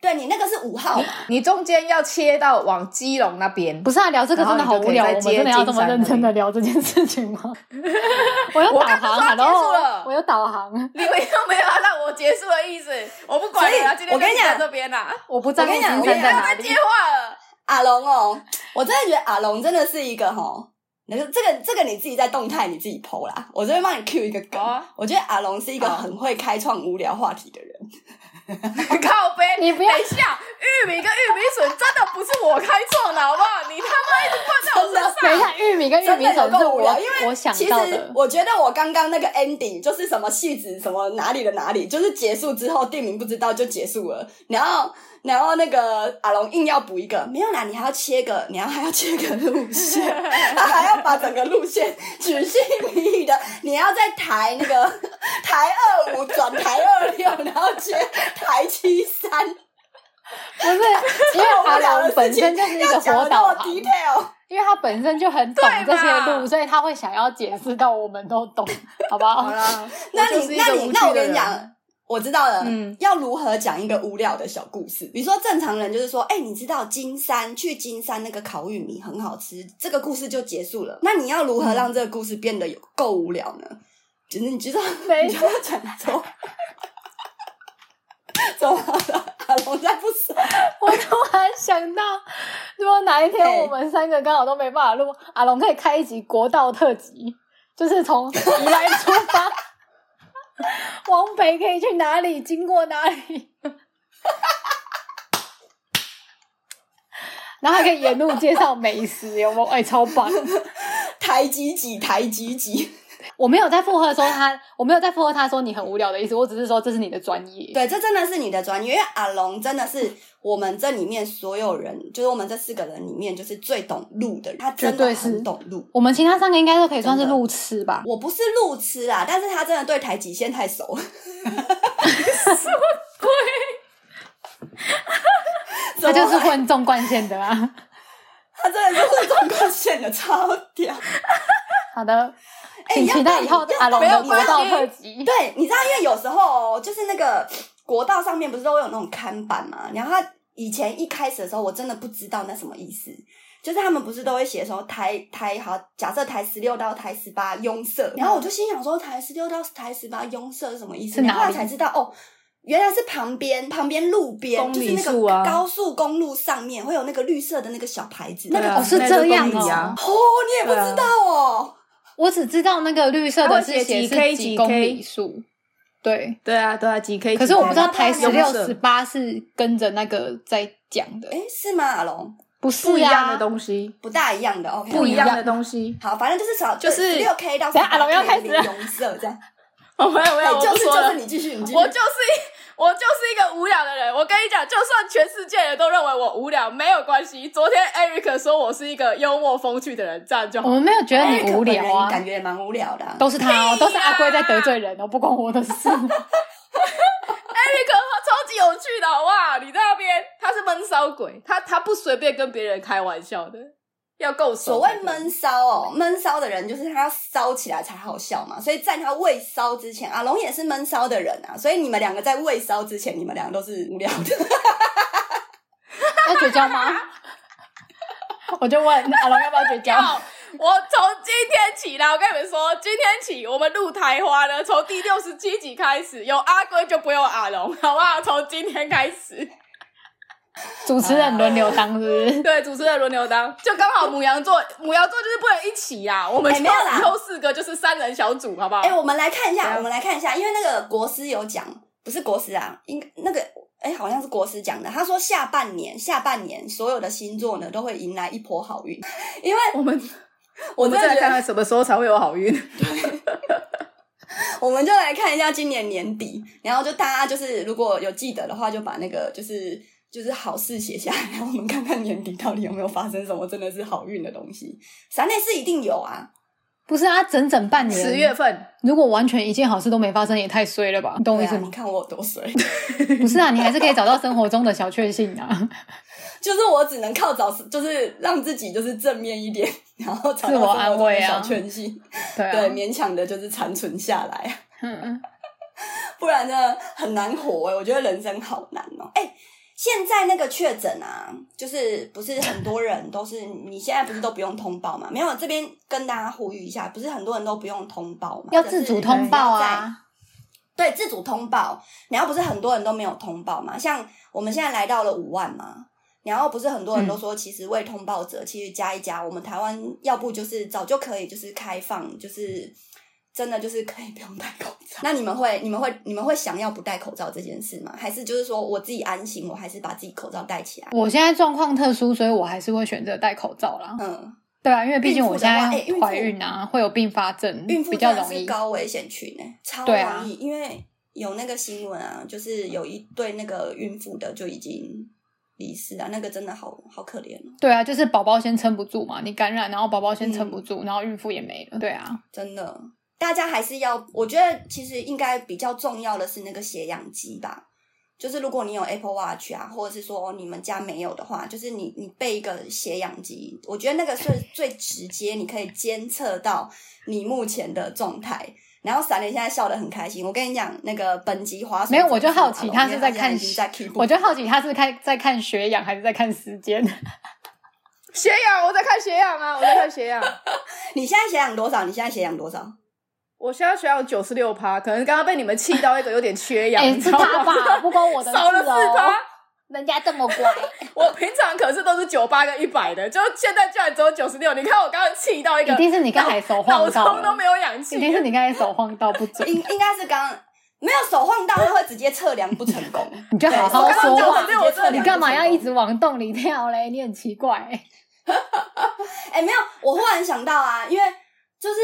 Speaker 2: 对你那个是五号嘛？
Speaker 1: 你中间要切到往基隆那边
Speaker 3: 不。是啊，聊这个真的好无聊，我
Speaker 1: 然后
Speaker 3: 们
Speaker 1: 你就可以
Speaker 3: 真的
Speaker 1: 再
Speaker 3: 要这么认真的聊这件事情 吗？我有导航，
Speaker 1: 我刚刚
Speaker 3: 然
Speaker 1: 就
Speaker 3: 后
Speaker 1: 说要结束了
Speaker 3: 我有导航，
Speaker 1: 你们又没有要让我结束的意思，我不管
Speaker 2: 所以
Speaker 1: 你了，今天
Speaker 2: 我跟你
Speaker 1: 就到
Speaker 2: 讲
Speaker 1: 这边啦，
Speaker 3: 我不在
Speaker 2: 我
Speaker 3: 乎
Speaker 2: 跟
Speaker 3: 金
Speaker 2: 你讲我
Speaker 3: 山
Speaker 1: 不
Speaker 2: 跟
Speaker 1: 要
Speaker 2: 你
Speaker 3: 在哪
Speaker 1: 再
Speaker 3: 里
Speaker 1: 接。话了。
Speaker 2: 阿龙哦，我真的觉得阿龙真的是一个吼，那个这个这个你自己在动态你自己剖啦，我这边帮你 Q 一个梗。
Speaker 1: 好啊
Speaker 2: 我觉得阿龙是一个
Speaker 1: 好
Speaker 2: 很会开创无聊话题的人。
Speaker 1: 靠背，
Speaker 3: 你不要
Speaker 1: 等一下，玉米跟玉米笋真的不是我开创的，好不好？你他妈一直灌在我身上。
Speaker 3: 等一下，玉米跟玉
Speaker 2: 真
Speaker 3: 米
Speaker 2: 的有
Speaker 3: 总是
Speaker 2: 够无聊，因
Speaker 3: 我
Speaker 2: 为
Speaker 3: 我想
Speaker 2: 其实
Speaker 3: 到的。
Speaker 2: 我觉得我刚刚那个 ending 就是什么戏子什么哪里的哪里，就是结束之后店名不知道就结束了，然后然后那个阿龙硬要补一个，没有啦，你还要切个，你要还要切个路 线，他还要把整个路线举细迷的，你要在台那个台二五转台二六，然后切台七三，
Speaker 3: 不 是，因为阿龙本身就是一
Speaker 2: 要
Speaker 3: 个
Speaker 2: 讲
Speaker 3: 活
Speaker 2: 的那
Speaker 3: 导
Speaker 2: 么
Speaker 3: 航，
Speaker 2: detail。
Speaker 3: 因为他本身就很懂
Speaker 1: 对
Speaker 3: 这些
Speaker 1: 嘛
Speaker 3: 路，所以他会想要解释到我们都懂，好不 好？
Speaker 1: 啦，
Speaker 2: 那
Speaker 1: 我就
Speaker 2: 你
Speaker 1: 是一
Speaker 2: 那
Speaker 1: 个
Speaker 2: 你
Speaker 1: 无
Speaker 2: 那我
Speaker 1: 趣的
Speaker 2: 跟
Speaker 1: 人啊
Speaker 2: 你讲，，我知道了，
Speaker 1: 嗯
Speaker 2: 要如何讲一个无聊的小故事？比如说正常人就是说，哎、你知道金山去金山那个烤玉米很好吃，这个故事就结束了。那你要如何让这个故事变得有够无聊呢？就是你知道，
Speaker 3: 没
Speaker 2: 你就要讲说，怎么了？阿龙在不爽。
Speaker 3: 我突然想到，如果哪一天我们三个刚好都没办法录，阿龙可以开一集国道特辑，就是从宜兰出发，往北可以去哪里，经过哪里，然后还可以沿路介绍美食，有没有？哎、超棒！
Speaker 2: 台几几台几几，
Speaker 3: 我没有在附和说他，我没有在附和他说你很无聊的意思，我只是说这是你的专业。
Speaker 2: 对，这真的是你的专业，因为阿龙真的是我们这里面所有人，就是我们这四个人里面，就是最懂路的人，他真
Speaker 3: 绝对
Speaker 2: 的
Speaker 3: 是
Speaker 2: 很懂路。
Speaker 3: 我们其他三个应该都可以算是
Speaker 2: 真的
Speaker 3: 路痴吧？
Speaker 2: 我不是路痴啦，但是他真的对台极限太熟 了。 什
Speaker 3: 他
Speaker 2: 么鬼？
Speaker 3: 就是混纵贯线的啊。
Speaker 2: 他真的是中国线的超屌。
Speaker 3: 好的，
Speaker 2: 哎
Speaker 3: 请期待以后阿龙
Speaker 1: 没
Speaker 3: 的
Speaker 1: 有
Speaker 3: 国
Speaker 1: 关系
Speaker 3: 道特辑。
Speaker 2: 对，你知道，因为有时候哦就是那个 国道上面不是都会有那种看板嘛，然后他以前一开始的时候，我真的不知道那什么意思。就是他们不是都会写说台台好，假设台十六到台十八拥塞，然后我就心想说台十六到台十八拥塞是什么意
Speaker 3: 是
Speaker 2: 思？
Speaker 3: 哪
Speaker 2: 然
Speaker 3: 里
Speaker 2: 后后来才知道哦，原来是旁边旁边路边
Speaker 1: 公
Speaker 2: 就是
Speaker 1: 里
Speaker 2: 那
Speaker 1: 数
Speaker 2: 个
Speaker 1: 啊
Speaker 2: 高速公路上面会有那个绿色的那个小牌子，那
Speaker 1: 对
Speaker 2: 个
Speaker 1: 啊
Speaker 3: 哦是
Speaker 1: 那
Speaker 3: 这
Speaker 1: 就
Speaker 3: 样
Speaker 1: 公里啊
Speaker 2: 哦你也不知道哦，
Speaker 3: 我只知道那个绿色的是
Speaker 1: 它
Speaker 3: 写
Speaker 1: 会
Speaker 3: 是
Speaker 1: 写几 K
Speaker 3: 公里数，对。
Speaker 1: 对啊，对啊，几 K，
Speaker 3: 可是我不知道
Speaker 2: 它
Speaker 3: 台
Speaker 2: 它
Speaker 3: 十六、
Speaker 1: 用色
Speaker 3: 十八是跟着那个在讲的，
Speaker 2: 诶，是吗？阿龙
Speaker 3: 不是
Speaker 1: 不一样的
Speaker 3: 呀？
Speaker 1: 东西，
Speaker 2: 不大一样的，OK，
Speaker 1: 不一
Speaker 3: 样
Speaker 1: 样的东西。
Speaker 2: 好，反正就是少
Speaker 1: 就是
Speaker 2: 六 K 到
Speaker 3: 等一下阿龙要开始了
Speaker 2: 红色这样，
Speaker 1: 我没有，没
Speaker 2: 哎
Speaker 1: 有，啊我
Speaker 2: 就
Speaker 1: 不
Speaker 2: 是
Speaker 1: 说
Speaker 2: 就是
Speaker 1: 了。
Speaker 2: 你继续，你继续。
Speaker 1: 我就是一我就是一个无聊的人。我跟你讲，就算全世界人都认为我无聊，没有关系。昨天 Eric 说我是一个幽默风趣的人，这样就
Speaker 3: 我
Speaker 1: 好。
Speaker 3: 们没有觉得
Speaker 2: 哎
Speaker 3: 你无
Speaker 2: 可
Speaker 3: 聊
Speaker 2: 能
Speaker 3: 啊
Speaker 2: 你，感觉也蛮无聊的啊、
Speaker 3: 都是他哦，都是阿龟在得罪人哦，不关我的事。
Speaker 1: Eric 他超级有趣的，好不好？你在那边他是闷骚鬼，他他不随便跟别人开玩笑的，要够熟
Speaker 2: 所
Speaker 1: 才可以
Speaker 2: 谓闷骚哦，闷骚的人就是他要骚起来才好笑嘛，所以在他未骚之前，阿龙也是闷骚的人啊，所以你们两个在未骚之前，你们两个都是无聊的。
Speaker 3: 要绝交吗？ 我就问阿龙要不要绝交？
Speaker 1: 要我从今天起啦，我跟你们说，今天起我们录台花呢，从第六十七集开始，有阿龟就不用阿龙，好不好？从今天开始，
Speaker 3: 主持人轮流当，是不是？
Speaker 1: 对，主持人轮流当，就刚好母羊座，母羊座就是不能一起啦。我们
Speaker 2: 哎
Speaker 1: 就
Speaker 2: 没有啦
Speaker 1: 以后四个就是三人小组，好不好？
Speaker 2: 哎、我们来看一
Speaker 1: 对
Speaker 2: 下，
Speaker 1: 啊
Speaker 2: 我们来看一下，因为那个国师有讲，不是国师啊，应该那个哎、好像是国师讲的，他说下半年下半年所有的星座呢都会迎来一波好运，因为
Speaker 1: 我们
Speaker 2: 我
Speaker 1: 我们
Speaker 2: 真
Speaker 1: 再来
Speaker 2: 的觉
Speaker 1: 看
Speaker 2: 得，
Speaker 1: 看什么时候才会有好 运。
Speaker 2: 我们就来看一下今年年底，然后就大家就是如果有记得的话，就把那个就是。就是好事写下来，然后我们看看年底到底有没有发生什么真的是好运的东西。三内是一定有啊，
Speaker 3: 不是啊，整整半年。
Speaker 1: 十月，份，
Speaker 3: 如果完全一件好事都没发生，也太衰了吧？你懂我
Speaker 2: 对
Speaker 3: 意思
Speaker 2: 啊，
Speaker 3: 吗
Speaker 2: 你？看我有多衰。
Speaker 3: 不是啊，你还是可以找到生活中的小确幸啊，
Speaker 2: 就是我只能靠找，就是让自己就是正面一点，然后找
Speaker 3: 自我
Speaker 2: 到
Speaker 3: 安慰啊
Speaker 2: 生活中的小确幸，
Speaker 3: 对啊，
Speaker 2: 对，勉强的就是残存下来，
Speaker 3: 嗯，
Speaker 2: 不然呢很难活、欸。我觉得人生好难哦、哎、现在那个确诊啊，就是不是很多人都是，你现在不是都不用通报嘛？没有，这边跟大家呼吁一下，不是很多人都不用通报嘛？
Speaker 3: 要自主通报
Speaker 2: 就是你要在
Speaker 3: 啊，
Speaker 2: 对，自主通报。然后不是很多人都没有通报嘛？像我们现在来到了五万嘛，然后不是很多人都说，其实未通报者其实加一加，我们台湾要不就是早就可以就是开放，就是真的就是可以不用戴口罩。那你们会你们会你们会想要不戴口罩这件事吗？还是就是说我自己安心，我还是把自己口罩戴起来？
Speaker 3: 我现在状况特殊，所以我还是会选择戴口罩啦。
Speaker 2: 嗯，
Speaker 3: 对啊，因为毕竟我现在
Speaker 2: 孕妇的话哎
Speaker 3: 怀孕啊，会有并发症，
Speaker 2: 孕妇
Speaker 3: 比
Speaker 2: 真
Speaker 3: 较
Speaker 2: 的
Speaker 3: 容
Speaker 2: 是
Speaker 3: 易。
Speaker 2: 高危险群呢、超容易，
Speaker 3: 对啊
Speaker 2: 因为有那个新闻啊，就是有一对那个孕妇的就已经离世啊，那个真的好好可怜哦，
Speaker 3: 对啊，就是宝宝先撑不住嘛，你感染，然后宝宝先撑不
Speaker 2: 嗯
Speaker 3: 住，然后孕妇也没了。对啊，
Speaker 2: 真的。大家还是要，我觉得其实应该比较重要的是那个血氧机吧。就是如果你有 Apple Watch 啊，或者是说你们家没有的话，就是你你备一个血氧机，我觉得那个是最直接，你可以监测到你目前的状态。然后闪脸现在笑得很开心，我跟你讲，那个本集滑手
Speaker 3: 没有我就好奇
Speaker 2: 因为
Speaker 3: 他是在
Speaker 2: 现
Speaker 3: 看
Speaker 2: 已经在 keep，
Speaker 3: 我就好奇他是看在看血氧还是在看时间？
Speaker 1: 血氧，我在看血氧啊，我在看血 氧。
Speaker 2: 你现在血氧多少？你现在血氧多少？
Speaker 1: 我现在血氧九十六趴，可能刚刚被你们气到一个有点缺氧，
Speaker 3: 哎、
Speaker 1: 你知
Speaker 3: 是
Speaker 1: 道
Speaker 3: 他
Speaker 1: 吗？
Speaker 3: 吧？不关我的事
Speaker 1: 少了四
Speaker 3: 哦
Speaker 1: 趴。。
Speaker 3: 人家这么乖，
Speaker 1: 我平常可是都是九八跟一百的，就现在居然只有九十六。你看我刚刚气到一个
Speaker 3: 一，定是你刚才手
Speaker 1: 脑
Speaker 3: 晃到
Speaker 1: 中都
Speaker 3: 了，
Speaker 1: 没有氧
Speaker 3: 一定是
Speaker 1: 气。
Speaker 3: 你刚才手晃到不 准
Speaker 2: 应，应该是刚没有手晃到，他会直接测量不成功。
Speaker 3: 你就好好
Speaker 1: 我刚
Speaker 3: 说
Speaker 1: 刚
Speaker 3: 话
Speaker 1: 讲的。我真的
Speaker 3: 你干嘛要一直往洞里跳嘞？你很奇怪、
Speaker 2: 哎、没有，我忽然想到啊，因为就是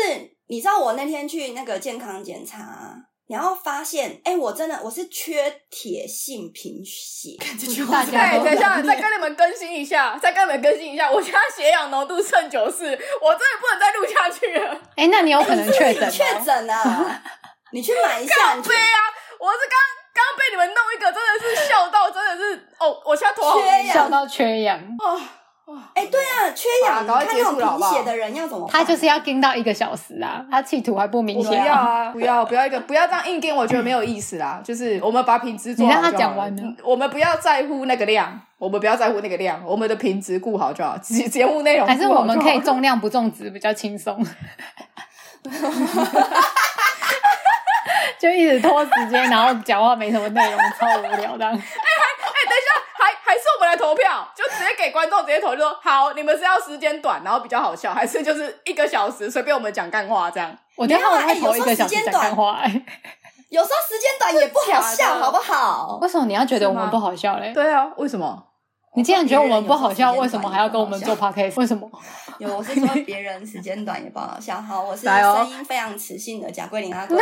Speaker 2: 你知道，我那天去那个健康检查、然后发现，哎、我真的我是缺铁性贫血。这句
Speaker 3: 话是
Speaker 1: 对，哎等一下，
Speaker 2: 在
Speaker 1: 再跟你们更新一下，再跟你们更新一下，我现在血氧浓度剩九四，我真的不能再录下去了。
Speaker 3: 哎、那你有可能确诊、哦，
Speaker 2: 哎确诊啊！你去买一下，你去
Speaker 1: 对啊，我是刚刚被你们弄一个，真的是笑到，真的是哦，我现在头好
Speaker 2: 缺氧
Speaker 3: 笑到缺氧，
Speaker 1: 哦，
Speaker 2: 哎、对啊，缺氧，
Speaker 1: 好啦赶快
Speaker 2: 你看那
Speaker 1: 结束了好
Speaker 2: 种
Speaker 1: 不
Speaker 2: 贫
Speaker 1: 好
Speaker 2: 血的人要怎么办？
Speaker 3: 他就是要盯到一个小时啊，他企图还不明
Speaker 1: 我不
Speaker 3: 显
Speaker 1: 要
Speaker 3: 啊。
Speaker 1: 啊，不要不要一个不要这样硬跟，我觉得没有意思啦。就是我们把品质做好
Speaker 3: 你让他
Speaker 1: 就好
Speaker 3: 讲完呢
Speaker 1: 嗯我们不要在乎那个量，我们不要在乎那个量，我们的品质顾好就好，节节目内容顾
Speaker 3: 还
Speaker 1: 好
Speaker 3: 是
Speaker 1: 就好
Speaker 3: 我们可以重量不重质比较轻松， 就一直拖时间，然后讲话没什么内容，超无聊的。
Speaker 1: 哎，等一下， 还还是我们来投票，就直接给观众直接投，就说好，你们是要时间短，然后比较好笑，还是就是一个小时随便我们讲干话这样？
Speaker 3: 我觉得他们会
Speaker 2: 没有啊
Speaker 3: 投一个小时
Speaker 2: 哎有时候时间
Speaker 3: 讲干话、哎，
Speaker 2: 有时候时间短也不好
Speaker 1: 真的假
Speaker 2: 笑，
Speaker 1: 的
Speaker 2: 好不 好？
Speaker 3: 为什么你要觉得我
Speaker 1: 是
Speaker 3: 们
Speaker 1: 吗
Speaker 3: 不好笑嘞？
Speaker 1: 对啊，为什么？
Speaker 3: 你既然觉得我们不好笑，
Speaker 2: 别人
Speaker 3: 为什么还要跟我们做
Speaker 2: 有时
Speaker 3: podcast？为什么？
Speaker 2: 有，我是说别人时间短也不好笑。好，我是
Speaker 1: 来哦
Speaker 2: 声音非常磁性的贾桂林阿贵。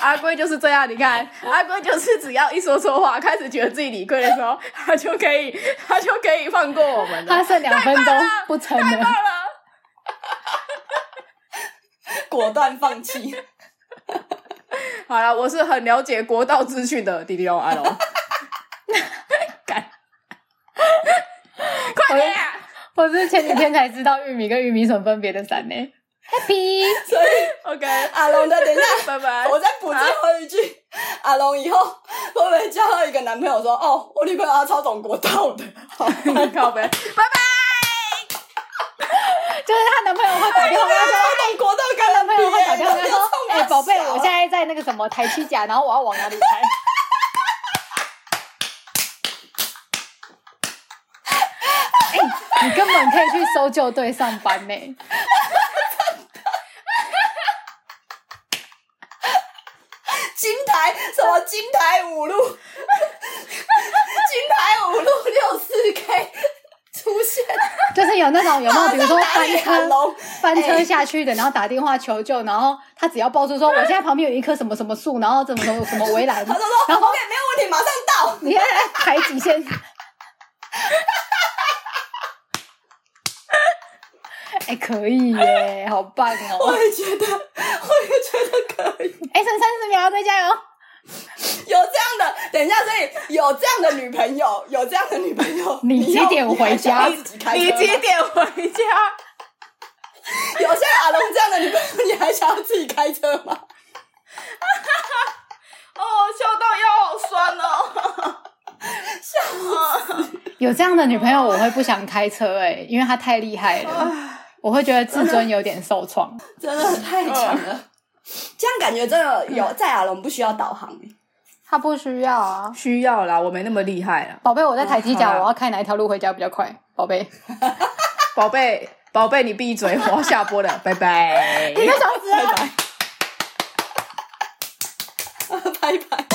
Speaker 1: 阿龟就是这样，你看，阿龟就是只要一说错话，开始觉得自己理亏的时候，他就可以，他就可以放过我们了。
Speaker 3: 他剩两分钟不成
Speaker 1: 太棒
Speaker 3: 了，
Speaker 1: 了！
Speaker 2: 果断放弃。
Speaker 1: 好了，我是很了解国道资讯的滴滴哦，阿龙。 干，快点啊！
Speaker 3: 我是前几天才知道玉米跟玉米笋分别的伞呢。Happy，
Speaker 2: 所以
Speaker 1: OK，
Speaker 2: 阿龙的，等一下，
Speaker 1: 拜 拜。
Speaker 2: 我再补最
Speaker 3: 啊
Speaker 2: 后一句：阿龙以后会不会交到一个男朋友说：“哦，我女朋友她超懂国道的。好
Speaker 1: 靠呗，拜拜。
Speaker 3: 就是她男朋友会打电话跟她说。
Speaker 2: 她懂国道，跟
Speaker 3: 男朋友会 打电话
Speaker 2: 别人
Speaker 3: 跟他说：“
Speaker 2: 要
Speaker 3: 哎、
Speaker 2: 冲她
Speaker 3: 宝贝，
Speaker 2: 笑啊
Speaker 3: 我现在在那个什么台七甲，然 后我要往哪里开？”哎你根本可以去搜救队上班呢、
Speaker 2: 金台什么金台五路， 金台五路六四 K 出现，
Speaker 3: 就是有那种有没 有，比如说翻
Speaker 2: 马上打铁
Speaker 3: 车
Speaker 2: 笼
Speaker 3: 翻车下去的，然后打电话求救，然后他只要报出说我现在旁边有一棵什么什么树，然后怎么什么什么围栏，
Speaker 2: 他就说
Speaker 3: 然后
Speaker 2: OK 没有问题，马上到。
Speaker 3: 你看排几 线。哎、可以耶，好棒
Speaker 2: 我
Speaker 3: 哦！
Speaker 2: 也觉得，我也觉得可以
Speaker 3: 哎、剩三十秒，再加油！
Speaker 2: 有这样的。等一下，所以有这样的女朋友，有这样的女朋 友，
Speaker 3: 你
Speaker 2: 要
Speaker 3: 几点
Speaker 2: 你
Speaker 3: 回家
Speaker 2: 还是要自己开车
Speaker 1: 你
Speaker 2: 吗
Speaker 1: 几点回家？
Speaker 2: 有像阿龙这样的女朋友，你还想要自己开车吗？
Speaker 1: 哦，笑到腰好酸哦。
Speaker 3: 有这样的女朋友，我会不想开车哎、因为她太厉害了，我会觉得自尊有点受创。
Speaker 2: 真的太强了，嗯这样感觉真的有在阿龙不需要导航。
Speaker 3: 她不需要啊，
Speaker 1: 需要啦，我没那么厉害啦，
Speaker 3: 宝贝，我在台积
Speaker 1: 嗯好
Speaker 3: 甲，
Speaker 1: 啦
Speaker 3: 我要开哪一条路回家比较快？宝贝，
Speaker 1: 宝贝，宝贝，你闭嘴，我要下播了，拜 拜。
Speaker 3: 一个小时啊。
Speaker 2: 拜拜。